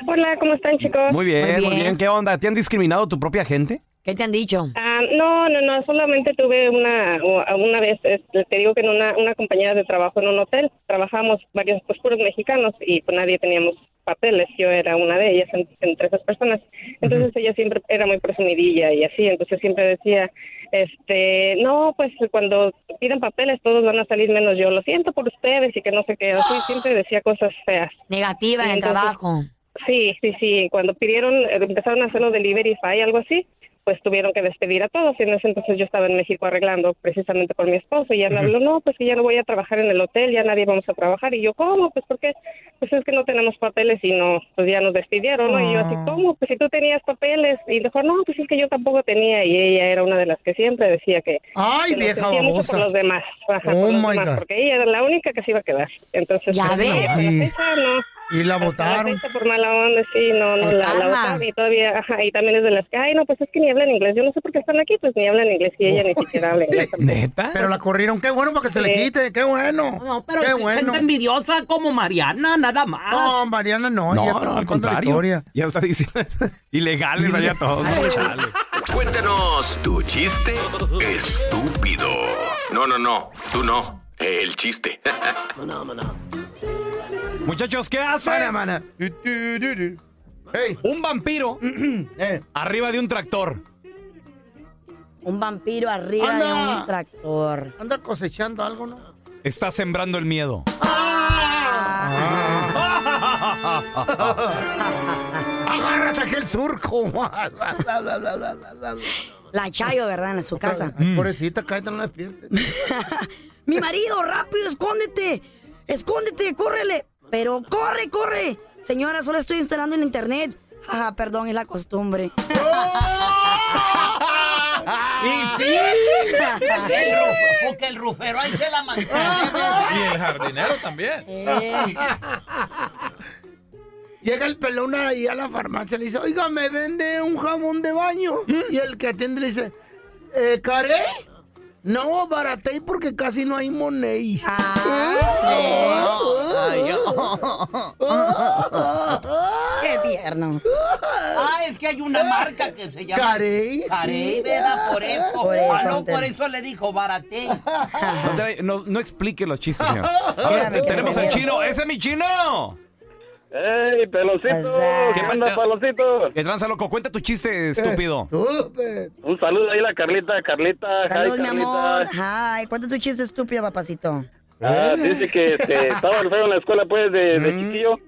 Z: Hola, ¿cómo están, chicos?
B: Muy bien, muy bien. ¿Qué onda? ¿Te han discriminado tu propia gente?
Z: ¿Qué te han dicho? Ah, no, no, no, solamente tuve una, o- una vez, este, te digo que en una, una compañía de trabajo en un hotel, trabajábamos varios, pues puros mexicanos y pues nadie teníamos papeles, yo era una de ellas en- entre esas personas, entonces ella siempre era muy presumidilla y así, entonces siempre decía, este, no, pues cuando piden papeles todos van a salir menos yo, lo siento por ustedes y que no sé qué, así siempre decía cosas feas.
C: Negativa en el
Z: Entonces,
C: trabajo.
Z: Sí, sí, sí. Cuando pidieron, eh, empezaron a hacer los deliveries y algo así, pues tuvieron que despedir a todos. Y en ese entonces yo estaba en México arreglando precisamente por mi esposo. Y ya me habló, no, pues que ya no voy a trabajar en el hotel, ya nadie vamos a trabajar. Y yo, ¿cómo? Pues porque, pues es que no tenemos papeles y no, pues ya nos despidieron, ¿no? Y yo así, ¿cómo? Pues si tú tenías papeles. Y dijo, no, pues es que yo tampoco tenía. Y ella era una de las que siempre decía que.
D: Ay,
Z: que lo
D: vieja
Z: sentía mucho
D: babosa.
Z: por los demás. Ajá, por
D: Oh,
Z: los
D: my
Z: demás,
D: God.
Z: Porque ella era la única que se iba a quedar. Entonces,
D: Ya
Z: pues, no,
D: ves.
Z: hasta la
D: Sí.
Z: fecha, no.
D: Y la
Z: La
D: votaron.
Z: fecha por mala onda, sí, no, no,
D: El
Z: la, la
D: karma.
Z: votaron y todavía, ajá, y también es de las que, ay, no, pues es que ni hablan inglés, yo no sé por qué están aquí, pues ni hablan inglés y ella ni siquiera habla inglés.
B: ¿Neta?
D: Pero la corrieron. Qué bueno para que se le
Z: Sí.
D: quite. Qué bueno.
F: No, pero
D: qué
F: gente
D: bueno.
F: envidiosa como Mariana, nada más.
D: No, Mariana no.
B: No,
D: ella está
B: no, al
D: contando la
B: contrario.
D: historia.
B: Ya está diciendo ilegales allá todos. Chale.
L: Cuéntanos tu chiste estúpido. No, no, no, tú no. El chiste.
B: Muchachos, ¿qué hacen? Un vampiro arriba de un tractor.
C: Un vampiro arriba de
D: Anda.
C: un tractor.
D: Anda cosechando algo, ¿no?
B: Está sembrando el miedo.
F: Ah,
D: Agárrate aquel surco.
C: La Chayo, ¿verdad? En su casa.
B: Mm.
D: Ay, pobrecita, cállate, no la despiertes.
C: Mi marido, rápido, escóndete. Escóndete, córrele. Pero corre, corre. Señora, solo estoy instalando el internet. Ajá, perdón, es la costumbre.
D: ¡Y
F: ¡Ah, sí! El ruf- porque el rufero ahí se la
C: Ah.
F: mantiene.
O: Y el jardinero también.
D: Eh. Llega el pelón ahí a la farmacia le dice, oiga, me vende un jabón de baño.
B: Mm.
D: Y el que atiende le dice, eh, ¿caré? No, baraté porque casi no hay money.
C: Ah, ¡Qué tierno!
F: Ah, es que hay una marca que se llama.
D: Carey.
F: Carey, ¿verdad?
H: Oh,
F: Por eso.
B: Por eso,
F: Ah, no,
B: Antel.
F: por eso le dijo barate.
B: No, trae- no, no explique los chistes, señor. A ver,
F: Espérame, que
B: tenemos
F: me
B: al
F: veo.
B: chino. ¡Ese es mi chino!
H: ¡Ey,
D: Pues,
H: pelocito! ¿Qué onda, palocito?
B: ¿Qué tranza, loco? Cuenta tu
D: Eh.
B: chiste, estúpido.
H: Un saludo ahí a la Carlita, Carlita. hi,
C: Salud, mi
H: Carlita.
C: amor. Ay, cuenta tu chiste estúpido, papacito.
H: Ah, dice que este, estaba el feo en la escuela, pues, de,
C: Mm,
H: de chiquillo.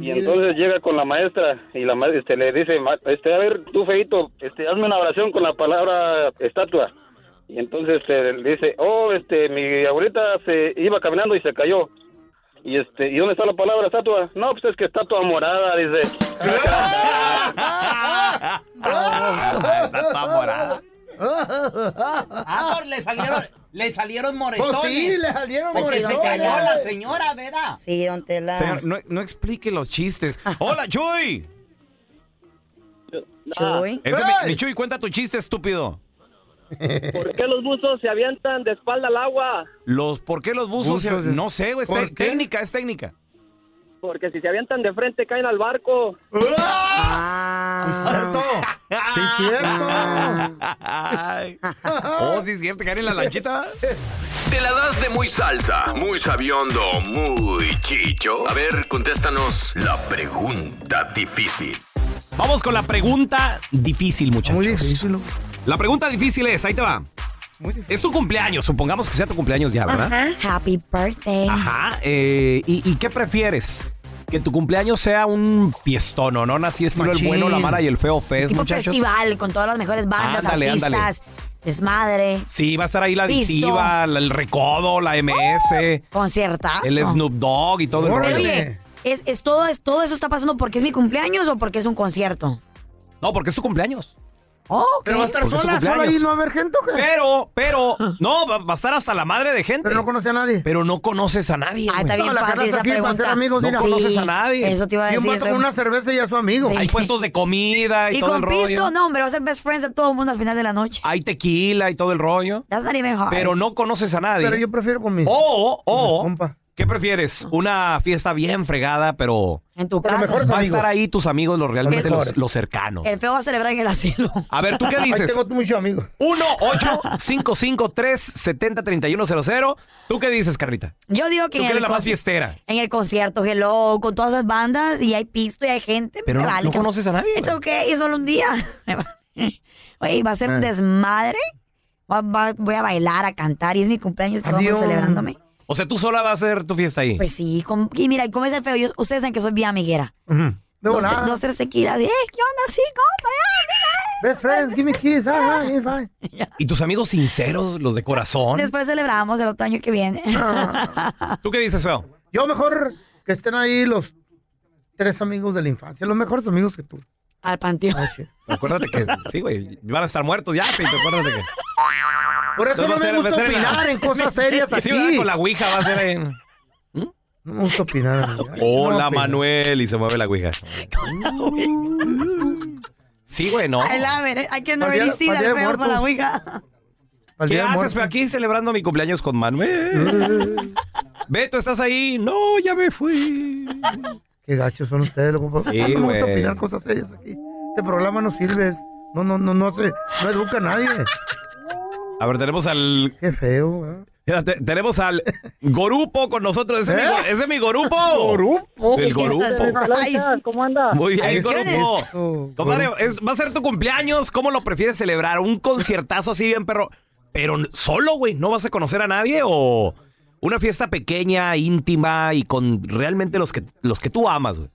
H: Y entonces llega con la maestra y la maestra este, le dice, ma- este, a ver, tú feito, este, hazme una oración con la palabra estatua. Y entonces este, le dice, oh, este, mi abuelita se iba caminando y se cayó. Y este, ¿y dónde está la palabra estatua? No, pues es que estatua morada, dice.
B: Ah, Está morada.
F: Ah, pues le salieron, le salieron moretones.
D: Pues sí, le salieron
F: Porque
D: moretones.
F: se cayó la señora, ¿verdad?
C: Sí, don Tela.
B: Señor, no, no explique los chistes. ¡Hola, Chuy!
N: Ah,
C: Chuy.
B: Ese es mi, mi Chuy, cuenta tu chiste, estúpido.
N: ¿Por qué los buzos se avientan de espalda al agua?
B: Los, ¿Por qué los buzos? se- no sé, güey. es
N: ¿Por
B: te-
N: qué?
B: técnica, es técnica.
N: Porque si se avientan de frente caen al barco.
O: ¡Ah!
C: Ah.
D: Sí, cierto.
B: Ay. Oh, sí, es cierto, Karen, la lanchita.
J: Te la das de muy salsa, muy sabiondo, muy chicho. A ver, contéstanos la pregunta difícil.
B: Vamos con la pregunta difícil, muchachos. Muy difícil. La pregunta difícil es, ahí te va. Es tu cumpleaños, supongamos que sea tu cumpleaños ya, ¿verdad?
C: Happy birthday.
B: Ajá. Eh, ¿y, y qué prefieres? Que tu cumpleaños sea un fiestón, ¿no? No así estilo el
C: Machín.
B: bueno, la mala y el feo
C: Un
B: fest,
C: tipo
B: muchachos.
C: festival con todas las mejores bandas,
B: Ándale, ándale.
C: artistas, desmadre,
B: Sí, va a estar ahí la
C: Listo.
B: adictiva, la- el recodo, la MS,
C: conciertazo.
B: el Snoop Dogg y todo el
C: Pero,
B: rollo.
C: Oye, ¿es, es todo, es- ¿todo eso está pasando porque es mi cumpleaños o porque es un concierto?
B: No, porque es su cumpleaños.
C: Oh, ok.
B: Pero va a estar Porque es su sola, sola cumpleaños. ahí, no va a
C: haber gente
B: Pero, pero, no, va, va a estar hasta la madre de gente. Pero no conoce a nadie. Pero no conoces a nadie.
C: Ah,
B: güey.
C: está bien
D: No, la
C: fácil
D: casa
C: esa
D: sí, para
C: pregunta.
D: ser amigos,
B: No
D: mira.
B: conoces a nadie.
C: Eso te iba a
D: Y un
C: decir.
D: vato con una cerveza y ya es su amigo.
B: Hay puestos de comida y,
C: Y
B: todo
C: con
B: el rollo.
C: pisto, no, hombre, va a ser best friends de todo el mundo al final de la noche.
B: Hay tequila y todo el rollo.
C: That's not even hard.
B: Pero no conoces a nadie.
C: Pero yo
D: prefiero con mis-
B: O, o, ¿qué prefieres? Una fiesta bien fregada, pero.
C: En tu
B: Va
C: casa.
B: a estar ahí tus amigos, los realmente
C: Mejores. Eh.
B: los, los cercanos.
C: El feo va a celebrar en el asilo.
B: A ver, ¿tú qué
D: Ahí
B: dices?
D: tengo muchos amigos.
B: 1 8 553 70 31 00 ¿Tú qué dices, Carlita?
C: Yo digo que
B: Tú
C: en
B: que
C: el,
B: eres la más
C: conci-
B: fiestera.
C: en el concierto, hello, con todas esas bandas y hay pisto y hay gente.
B: Pero
C: me
B: no-
C: vale
B: no
C: que-
B: conoces a nadie,
C: It's okay, y solo un día. Me vale. Oye, y va a
D: Ah.
C: ser un
B: Eh.
C: desmadre. Va- va- voy a bailar, a cantar y es mi cumpleaños, todo el mundo
B: Adiós.
C: celebrándome.
B: O sea, tú sola vas a hacer tu fiesta ahí.
C: Pues sí, con- y mira, ¿cómo es el feo? Yo- ustedes saben que soy bien amiguera.
B: Ujú.
C: dos,
D: volada.
C: dos, tres tequilas. y, "Eh, ¿Qué onda? Sí, compa.
D: Best friends, give me kiss. Ah, ah, yeah, fine.
B: ¿Y tus amigos sinceros, los de corazón?
C: Después celebramos el otro año que viene.
B: ¿Tú qué dices, feo?
D: Yo mejor que estén ahí los tres amigos de la infancia, los mejores amigos que tú.
C: Al panteón.
B: Acuérdate que sí, güey. Van a estar muertos ya, Pito. Acuérdate que.
D: Por eso no
B: Entonces,
D: me
B: va a
D: gusta
B: pues, ser- va a ser
D: opinar en cosas serias
B: Sí,
D: aquí.
B: ¿verdad? con la ouija va a ser en.
D: No me gusta opinar. amigo. Ay,
B: Hola,
D: no, pero-
B: Manuel. Y se mueve la ouija. Sí, güey, no.
C: I love it. I can
D: Para el día-
C: already see
D: para el
C: that
D: día de
C: feo con la
D: muertos.
C: ouija.
B: ¿Qué
D: Día de
B: haces, feo? Aquí celebrando mi cumpleaños con Manuel. Beto, ¿estás ahí? No, ya me fui.
D: Este Qué gachos son ustedes, loco.
B: Sí,
D: no me gusta
B: güey.
D: opinar cosas serias aquí. Este programa no sirve. es- No, no, no, no se, no educa a nadie.
B: A ver, tenemos al.
D: Qué feo, ¿eh?
B: Mira, te- tenemos al Gorupo con nosotros. Ese,
D: ¿Eh?
B: es, mi, go- ese es mi Gorupo.
D: Gorupo.
B: El Gorupo.
N: ¿Cómo anda?
B: Muy bien,
N: Ahí
B: Gorupo.
N: tienes.
B: Compadre, es- va a ser tu cumpleaños. ¿Cómo lo prefieres celebrar? ¿Un conciertazo así bien, perro? Pero n- solo, güey. ¿No vas a conocer a nadie? ¿O una fiesta pequeña, íntima y con realmente los que, los que tú amas, güey?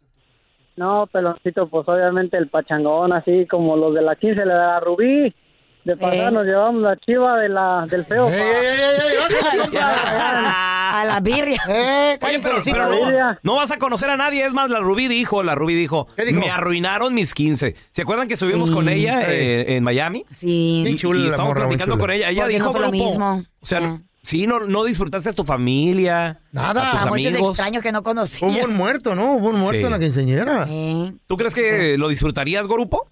N: No, peloncito, pues obviamente el pachangón, así como los de la 15 le da a Rubí. De pasada
C: Ey.
N: nos llevamos la chiva de la, del feo. pa.
C: A la birria.
N: Eh,
B: Oye, pero, Ah, pero no, no vas a conocer a nadie. Es más, la Rubí dijo, la Rubí dijo, me arruinaron mis 15. ¿Se acuerdan que subimos
C: Sí.
B: con ella
C: Sí.
B: eh, en Miami?
C: Sí.
B: Y,
C: Bien chula
B: y
C: la
B: estábamos
C: morra, muy
B: platicando
C: chula.
B: con ella. Ella
C: Porque no
B: dijo,
C: fue lo
B: "Grupo,
C: mismo".
B: O sea, sí, no, no disfrutaste a tu familia, a tus
C: A muchos
B: amigos.
C: extraños que no conocí.
D: Hubo un muerto, ¿no? Hubo un muerto
B: Sí.
D: en la quinceañera.
C: eh.
B: ¿Tú crees que lo disfrutarías, Gorupo?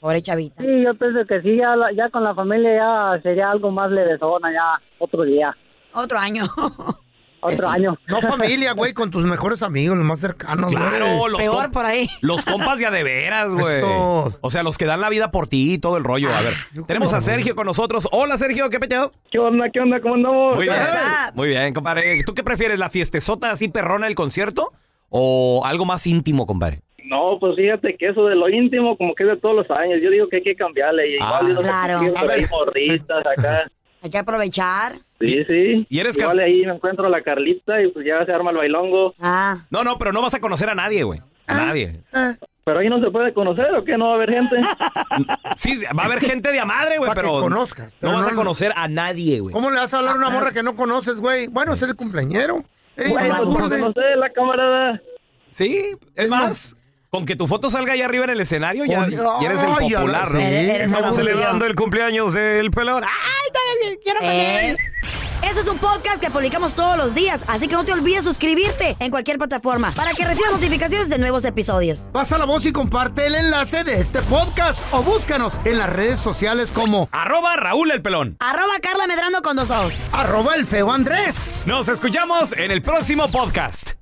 C: Pobre chavita.
N: Sí, yo pienso que sí, ya, la- ya con la familia ya sería algo más levesona, ya otro día.
C: Otro año.
D: Eh,
N: Otro año.
D: No familia, güey, con tus mejores amigos, los más cercanos, güey.
B: Claro, los Peor com-
C: por ahí.
B: Los compas ya de veras, güey.
D: Esos.
B: O sea, los que dan la vida por ti y todo el rollo. A ver, tenemos a Sergio con nosotros. Hola, Sergio, ¿qué peteado?
O: ¿Qué onda? ¿Qué onda? ¿Cómo andamos?
B: Muy bien, muy bien, compadre. ¿Tú qué prefieres, la fiestezota así perrona del concierto o algo más íntimo, compadre?
O: No, pues fíjate que eso de lo íntimo como que es de todos los años. Yo digo que hay que cambiarle. Y
B: Ah.
O: igual yo no sé
C: Claro.
O: si sigo
C: A
O: por ahí
C: ver.
O: morritas acá.
C: Hay que aprovechar.
O: Sí, sí.
B: ¿Y eres
O: Igual
B: cas-
O: ahí me encuentro a la Carlita y pues ya se arma el bailongo.
C: Ah.
B: No, no, pero no vas a conocer a nadie, güey. A nadie.
O: Ah. Pero ahí no se puede conocer o qué, no va a haber gente.
B: Sí, va a haber gente de a madre, güey,
O: Pa' que
B: pero.
O: conozcas,
D: pero
B: no vas
D: no-
B: a conocer a nadie, güey.
D: ¿Cómo le vas a hablar a una morra que no conoces, güey? Bueno, es el cumpleañero.
O: Bueno, pues, no sé, la camarada.
B: Sí, es más, Con que tu foto salga ahí arriba en el escenario, ya,
D: Oye,
B: ya eres el
D: ay, ahora
B: popular.
D: sí. Eres- eres
B: Estamos
D: famoso.
B: celebrando el cumpleaños del pelón.
C: quiero
B: Eh.
C: Este es un podcast que publicamos todos los días, así que no te olvides suscribirte en cualquier plataforma para que recibas notificaciones de nuevos episodios.
D: Pasa la voz y comparte el enlace de este podcast o búscanos en las redes sociales como
B: Arroba Raúl el pelón.
C: Arroba Carla Medrano con dos O's.
D: arroba el feo Andrés.
B: Nos escuchamos en el próximo podcast.